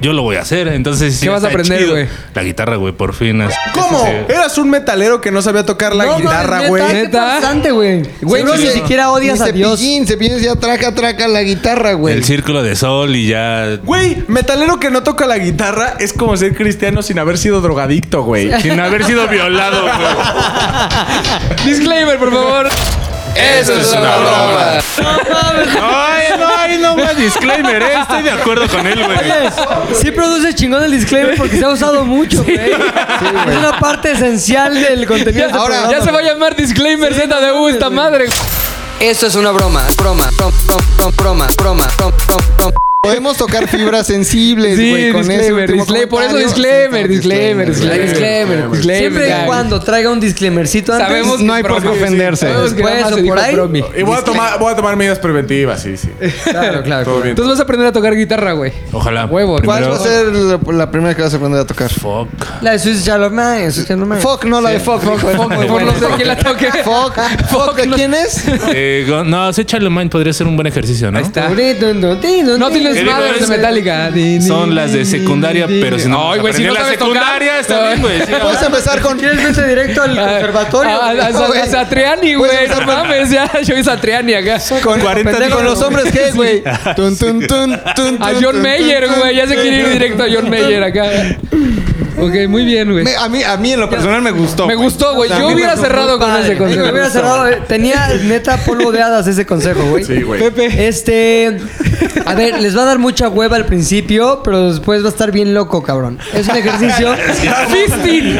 I: yo lo voy a hacer. Entonces, sí
C: ¿Qué vas a
I: está
C: aprender,
I: chido.
C: güey? Eh,
I: La guitarra, güey, por fin. así-
A: ¿Cómo?
I: Eso sí.
A: Eras un metalero que no sabía tocar la
B: No,
A: guitarra,
B: mames,
A: güey.
B: Neta, qué bastante, güey. Güey,
E: Seguro
B: no ni
E: se-
B: siquiera odias
E: ni
B: a Dios.
E: Cepillín, Cepillín ya traca, traca la guitarra, güey.
I: El círculo de sol y ya.
A: Güey, metalero que no toca la guitarra es como ser cristiano sin haber sido drogadicto, güey.
I: Sin haber sido violado, güey.
C: Disclaimer, por favor.
J: Eso es una broma.
I: Ay, no, ay, no más disclaimer, ¿eh? Estoy de acuerdo con él, güey.
B: Oye, Pues, Sí produce chingón el disclaimer porque se ha usado mucho, güey. es una parte esencial del contenido. de
E: Ahora-
B: este
C: Ya se
B: programa.
C: va a llamar Disclaimer ZDU esta madre.
B: Esto es una broma, broma, broma, broma, broma, broma, broma, broma.
E: Podemos tocar fibras sensibles,
C: Sí,
E: güey, con ese
C: disclaimer,
E: último
C: disclaimer. Por eso
E: comentario.
C: disclaimer, disclaimer, disclaimer.
B: Disclaimer, Siempre y
C: Javi.
B: cuando traiga un disclaimercito antes.
C: Sabemos que
E: No hay por qué
C: promi.
E: ofenderse.
C: Sabemos que
B: Pues,
C: nada más
B: o
C: se
B: por
C: dijo
B: ahí.
C: promi.
A: Y voy a, tomar, voy a tomar medidas preventivas, sí, sí.
C: Eh,
B: Claro, claro.
A: Todo bien.
C: Entonces vas a aprender a tocar guitarra, güey.
I: Ojalá.
C: Huevo.
E: ¿Cuál
I: Primero-
E: va a ser la, la primera que vas a aprender a tocar?
I: Fuck.
B: La de Swiss Charlemagne, Swiss Charlemagne.
E: Fuck, no la de Fuck. Fuck,
C: Fuck, por no sé quién la toque.
E: Fuck, fuck, ¿de quién es?
I: Eh, go- no, ese Charlemagne podría ser un buen ejercicio, ¿no?
C: Ahí está. No
B: No
C: tienes
I: digo,
C: madres de
I: es-
C: Metallica. Di, di,
I: Son las de
C: di,
I: secundaria,
C: di,
I: pero
C: di.
I: si no.
C: Ay, güey, si
I: aprendí
C: no
I: la
C: sabes tocar.
I: secundaria está bien, güey. sí,
E: Puedes empezar con...
B: ¿Quieres vete directo al
C: Ah,
B: conservatorio?
C: A, a- a-
E: güey.
C: a Satriani,
E: Pues,
C: güey. No mames, ya. Yo vi Satriani acá.
E: Con, 40
B: pendejo,
E: con los
B: güey.
C: ah,
E: hombres, ¿qué, güey? Tun, tun, tun, tun,
C: A
E: tun,
C: John
E: tun,
C: Mayer,
E: tun,
C: güey. Ya se quiere ir directo a John Mayer acá. Ok, muy bien, güey.
E: Me- a, mí, a mí en lo personal me gustó.
C: Me
E: güey.
C: gustó, güey.
E: O sea,
C: Yo
E: a mí me
C: hubiera cerrado con ese
B: Ay,
C: consejo.
B: me hubiera cerrado. eh, Tenía neta polvo de hadas ese consejo, güey.
A: Sí, güey.
C: Pepe.
B: Este. A ver, les va a dar mucha hueva al principio, pero después va a estar bien loco, cabrón. Es un ejercicio.
C: Fisting.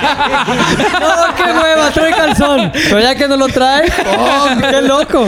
B: ¡No, qué hueva! Trae calzón. Pero ya que no lo trae, ¡oh, qué loco!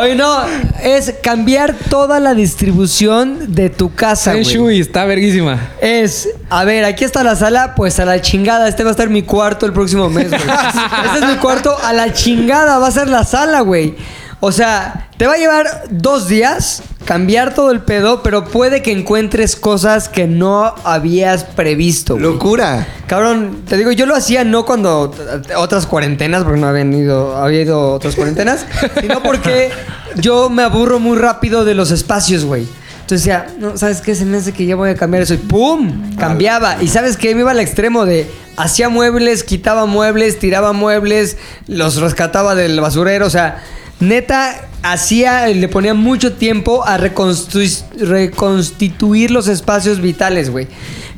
B: Oye, no, es cambiar toda la distribución de tu casa,
C: En
B: güey.
C: Shui, está verguísima.
B: Es, a ver, aquí está la sala, pues a la chingada. Este va a estar mi cuarto el próximo mes, güey. Este es mi cuarto, a la chingada va a ser la sala, güey. O sea, te va a llevar dos días cambiar todo el pedo, pero puede que encuentres cosas que no habías previsto. güey.
E: Locura.
B: Cabrón, te digo, yo lo hacía no cuando eh, otras cuarentenas, porque no habían ido, había ido otras cuarentenas, sino porque yo me aburro muy rápido de los espacios, güey. Entonces decía, no, ¿sabes qué? Se me hace que ya voy a cambiar eso. Y ¡pum! Cambiaba. Y ¿sabes qué? Me iba al extremo de hacía muebles, quitaba muebles, tiraba muebles, los rescataba del basurero. O sea, neta, hacía, le ponía mucho tiempo a reconstru- reconstituir los espacios vitales, güey.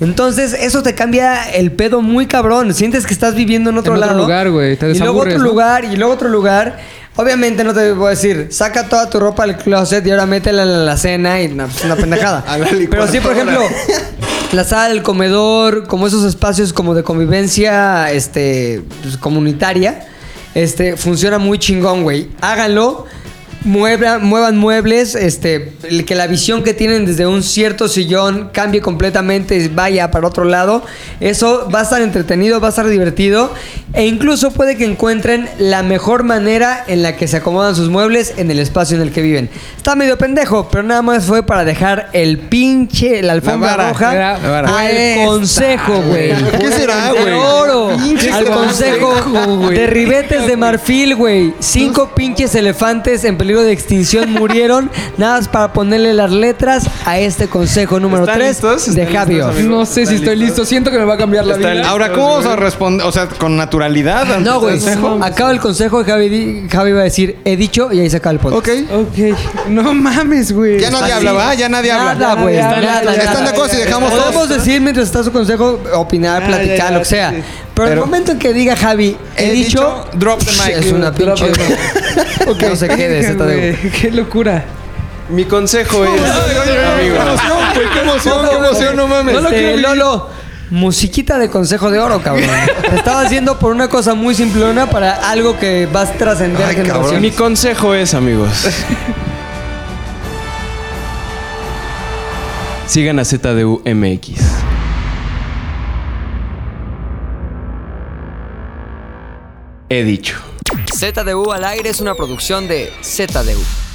B: Entonces, eso te cambia el pedo muy cabrón. Sientes que estás viviendo en otro
C: En otro
B: lado.
C: lugar, güey. Te
B: Y luego otro
C: desaburres, ¿no?
B: lugar, y luego otro lugar. Obviamente no te voy a decir, saca toda tu ropa del closet y ahora métela en la cena y no, es una pendejada.
E: A la
B: Pero sí, por ejemplo, la sala, el comedor, como esos espacios como de convivencia este, pues, comunitaria, este, funciona muy chingón, güey. Háganlo. muebla- muevan muebles, este, el que la visión que tienen desde un cierto sillón cambie completamente y vaya para otro lado. Eso va a estar entretenido, va a estar divertido e incluso puede que encuentren la mejor manera en la que se acomodan sus muebles en el espacio en el que viven. Está medio pendejo, pero nada más fue para dejar el pinche, la alfombra
C: vara.
B: roja
C: Era- la vara.
B: al
C: Ahí está,
B: consejo, güey.
C: güey. ¿Qué será,
B: De
C: güey?
B: oro.
C: Pinche
B: Al
C: consejo,
B: consejo
C: güey.
B: de ribetes de marfil, güey. Cinco pinches elefantes en peligro de extinción murieron. Nada más para ponerle las letras a este consejo número 3 de Javio.
C: No sé si estoy listo. Siento que me va a cambiar la vida.
E: Ahora, ¿cómo vamos a responder? O sea, con naturalidad. ante
B: No,
E: el
B: güey.
E: consejo?
B: Acaba el consejo y Javi, di- Javi va a decir, he dicho y ahí se acaba el podcast.
C: Ok. No mames, güey.
E: Ya nadie
B: Así.
E: habla, ¿va? Ya nadie habla.
B: Nada, güey.
E: Están-
B: nada, nada.
E: Están de acuerdo si dejamos
B: Podemos
E: todos.
B: decir mientras está su consejo, opinar,
E: Ah,
B: platicar,
E: ya, ya,
B: lo que sea.
E: sí.
B: Pero, el
E: Pero-
B: momento en que diga Javi, he,
E: He
B: dicho,
E: dicho, drop the mic.
B: Es una
E: Drop
B: pinche. No se quede, se está de-
C: Güey, Qué locura.
D: Mi consejo es.
E: ¡Qué emoción, güey! ¡Qué emoción! ¡Qué emoción! ¡No mames!
B: Este, Lolo, musiquita de consejo de oro, cabrón. Te estabas yendo por una cosa muy simplona para algo que vas a trascender generaciones.
D: Mi consejo es, amigos. Sigan a ZDU MX. He dicho.
B: ZDU al aire es una producción de ZDU.